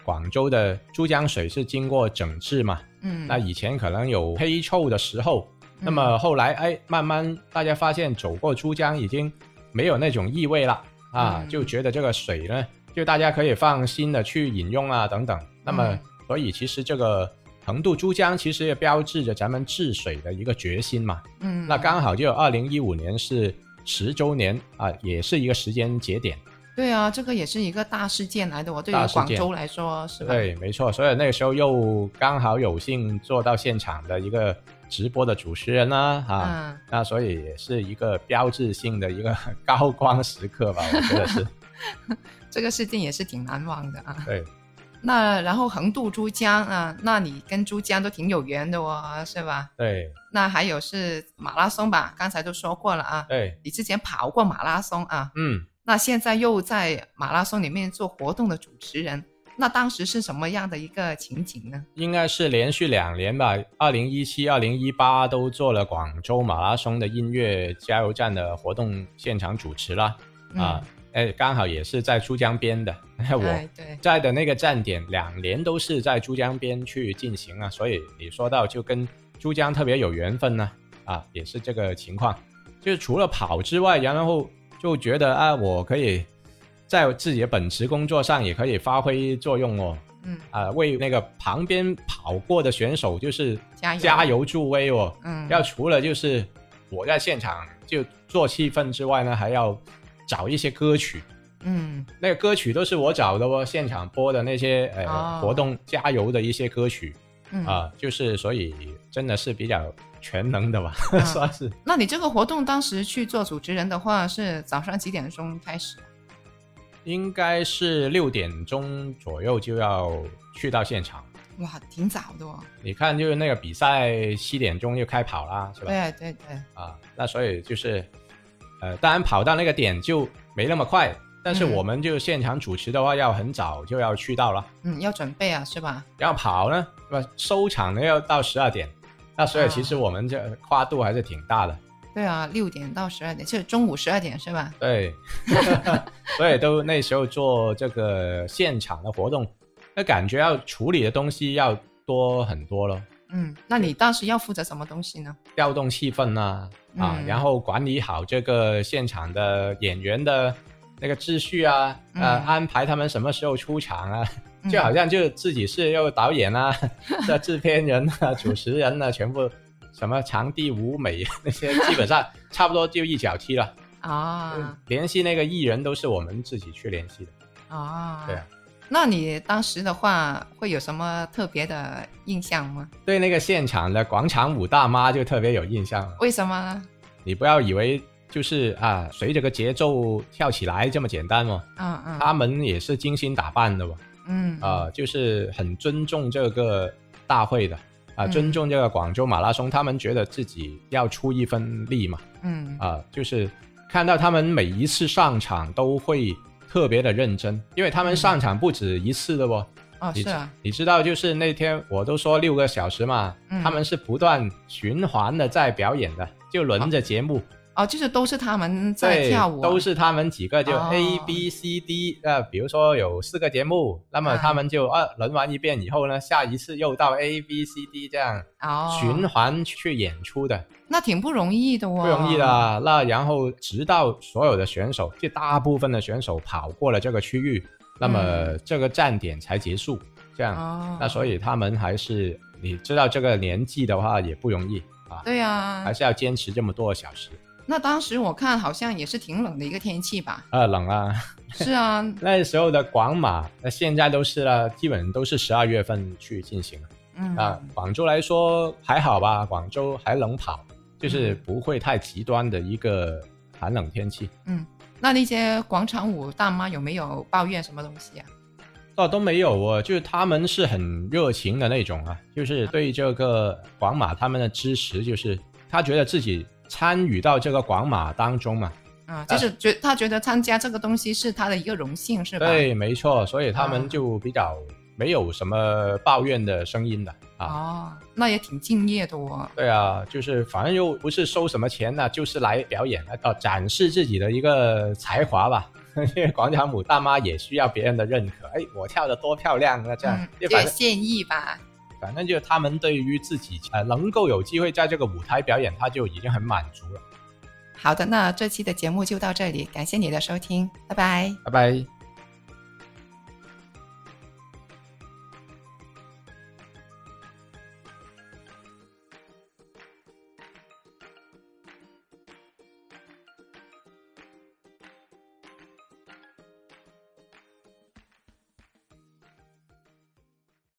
Speaker 2: 广州的珠江水是经过整治嘛，
Speaker 1: 嗯，
Speaker 2: 那以前可能有黑臭的时候，那
Speaker 1: 嗯
Speaker 2: 么后来哎，慢慢大家发现走过珠江已经没有那种异味了啊
Speaker 1: 嗯，
Speaker 2: 就觉得这个水呢，就大家可以放心的去饮用啊等等。那么
Speaker 1: 嗯
Speaker 2: 所以其实这个横渡珠江其实也标志着咱们治水的一个决心嘛。
Speaker 1: 嗯，
Speaker 2: 那刚好就二零一五年是十周年啊，也是一个时间节点。
Speaker 1: 对啊，这个也是一个大事件来的哦，对
Speaker 2: 大
Speaker 1: 于
Speaker 2: 事
Speaker 1: 广
Speaker 2: 件
Speaker 1: 州来说是吧？
Speaker 2: 对，没错。所以那个时候又刚好有幸做到现场的一个直播的主持人啦、啊，
Speaker 1: 嗯。
Speaker 2: 那所以也是一个标志性的一个高光时刻吧，我觉得是。
Speaker 1: 这个事件也是挺难忘的啊。
Speaker 2: 对，
Speaker 1: 那然后横渡珠江啊，那你跟珠江都挺有缘的哦，是吧？
Speaker 2: 对，
Speaker 1: 那还有是马拉松吧，刚才都说过了啊。
Speaker 2: 对，
Speaker 1: 你之前跑过马拉松啊，
Speaker 2: 嗯，
Speaker 1: 那现在又在马拉松里面做活动的主持人，那当时是什么样的一个情景呢？
Speaker 2: 应该是连续两年吧，二零一七、二零一八都做了广州马拉松的音乐加油站的活动现场主持啦。
Speaker 1: 嗯、
Speaker 2: 啊，，哎，刚好也是在珠江边的，我
Speaker 1: 哎对，
Speaker 2: 在的那个站点，两年都是在珠江边去进行啊，所以你说到就跟珠江特别有缘分呢、啊，也是这个情况。就是除了跑之外，然后就觉得啊，我可以在自己的本职工作上也可以发挥作用哦，
Speaker 1: 嗯，
Speaker 2: 啊，为那个旁边跑过的选手就是
Speaker 1: 加油
Speaker 2: 加油助威哦。
Speaker 1: 嗯，
Speaker 2: 要除了就是我在现场就做气氛之外呢，还要找一些歌曲
Speaker 1: 嗯
Speaker 2: 那个歌曲都是我找的哦，现场播的那些呃、
Speaker 1: 哦
Speaker 2: 活动加油的一些歌曲啊
Speaker 1: 嗯
Speaker 2: 啊、就是所以真的是比较全能的吧，
Speaker 1: 啊
Speaker 2: 算是。
Speaker 1: 那你这个活动当时去做主持人的话，是早上几点钟开始？
Speaker 2: 应该是六点钟左右就要去到现场。
Speaker 1: 哇，挺早的哦。
Speaker 2: 你看，就是那个比赛七点钟就开跑啦，是吧？
Speaker 1: 对对对，
Speaker 2: 啊，那所以就是，呃，当然跑到那个点就没那么快，但是
Speaker 1: 嗯
Speaker 2: 我们就现场主持的话，要很早就要去到了。
Speaker 1: 嗯，要准备啊，是吧？
Speaker 2: 然后跑呢，是吧？收场呢要到十二点，那所以其实我们这跨度还是挺大的，
Speaker 1: 对啊，六点到十二点，就是中午十二点是吧？
Speaker 2: 对，所以都那时候做这个现场的活动，那感觉要处理的东西要多很多咯，
Speaker 1: 嗯，那你当时要负责什么东西呢？
Speaker 2: 调动气氛呐、啊，
Speaker 1: 嗯
Speaker 2: 然后管理好这个现场的演员的那个秩序啊，
Speaker 1: 嗯
Speaker 2: 呃，安排他们什么时候出场啊，
Speaker 1: 嗯
Speaker 2: 就好像就自己是又导演啊、 这制片人啊、主持人啊，全部什么场地舞美啊 那些，基本上差不多就一脚踢了。
Speaker 1: 啊
Speaker 2: 联系那个艺人都是我们自己去联系的。
Speaker 1: 啊，
Speaker 2: 对啊。
Speaker 1: 那你当时的话，会有什么特别的印象吗？
Speaker 2: 对那个现场的广场舞大妈就特别有印象了。
Speaker 1: 为什么呢？
Speaker 2: 你不要以为就是啊，随着个节奏跳起来这么简单哦，
Speaker 1: 嗯嗯，
Speaker 2: 他们也是精心打扮的哦，
Speaker 1: 嗯
Speaker 2: 啊、就是很尊重这个大会的。啊，
Speaker 1: 嗯
Speaker 2: 尊重这个广州马拉松，他们觉得自己要出一份力嘛，
Speaker 1: 嗯
Speaker 2: 啊、就是看到他们每一次上场都会特别的认真，因为他们上场不止一次的哦。
Speaker 1: 哦
Speaker 2: 你
Speaker 1: 是嗯啊，
Speaker 2: 你知道，就是那天我都说六个小时嘛，
Speaker 1: 嗯
Speaker 2: 他们是不断循环的在表演的，就轮着节目，
Speaker 1: 哦就是都是他们在
Speaker 2: 对，
Speaker 1: 跳舞啊，
Speaker 2: 都是他们几个就
Speaker 1: 哦
Speaker 2: A、B、C、D，呃，比如说有四个节目，那么
Speaker 1: 啊
Speaker 2: 他们就呃、轮完一遍以后呢，下一次又到 A、B、C、D 这样
Speaker 1: 哦
Speaker 2: 循环去演出的。
Speaker 1: 那挺不容易的哦，
Speaker 2: 不容易的。那然后直到所有的选手，就大部分的选手跑过了这个区域，那么这个站点才结束。这样，
Speaker 1: 嗯哦，
Speaker 2: 那所以他们还是你知道这个年纪的话也不容易啊，
Speaker 1: 对啊
Speaker 2: 还，是要坚持这么多个小时。
Speaker 1: 那当时我看好像也是挺冷的一个天气 吧？
Speaker 2: 啊，冷啊！
Speaker 1: 是啊，
Speaker 2: 那时候的广马，那现在都是了，基本都是十二月份去进行
Speaker 1: 嗯
Speaker 2: 啊。广州来说还好吧，广州还能跑，就是不会太极端的一个寒冷天气。
Speaker 1: 那那些广场舞大妈有没有抱怨什么东西啊？
Speaker 2: 哦，都没有哦，就是他们是很热情的那种啊，就是对这个广马他们的支持，就是他觉得自己参与到这个广马当中嘛，
Speaker 1: 啊，就是觉他觉得参加这个东西是他的一个荣幸，是吧？
Speaker 2: 对，没错，所以他
Speaker 1: 啊
Speaker 2: 们就比较没有什么抱怨的声音的啊，
Speaker 1: 哦，那也挺敬业的哦。
Speaker 2: 对啊，就是反正又不是收什么钱呐、就是来表演啊，呃展示自己的一个才华吧。 因为广场舞大妈也需要别人的认可，哎，我跳的多漂亮啊，这样
Speaker 1: 嗯，
Speaker 2: 就
Speaker 1: 这
Speaker 2: 反
Speaker 1: 也
Speaker 2: 正
Speaker 1: 现役吧？
Speaker 2: 反正就是他们对于自己呃能够有机会在这个舞台表演，他就已经很满足了。
Speaker 1: 好的，那这期的节目就到这里，感谢你的收听，拜拜。
Speaker 2: 拜拜。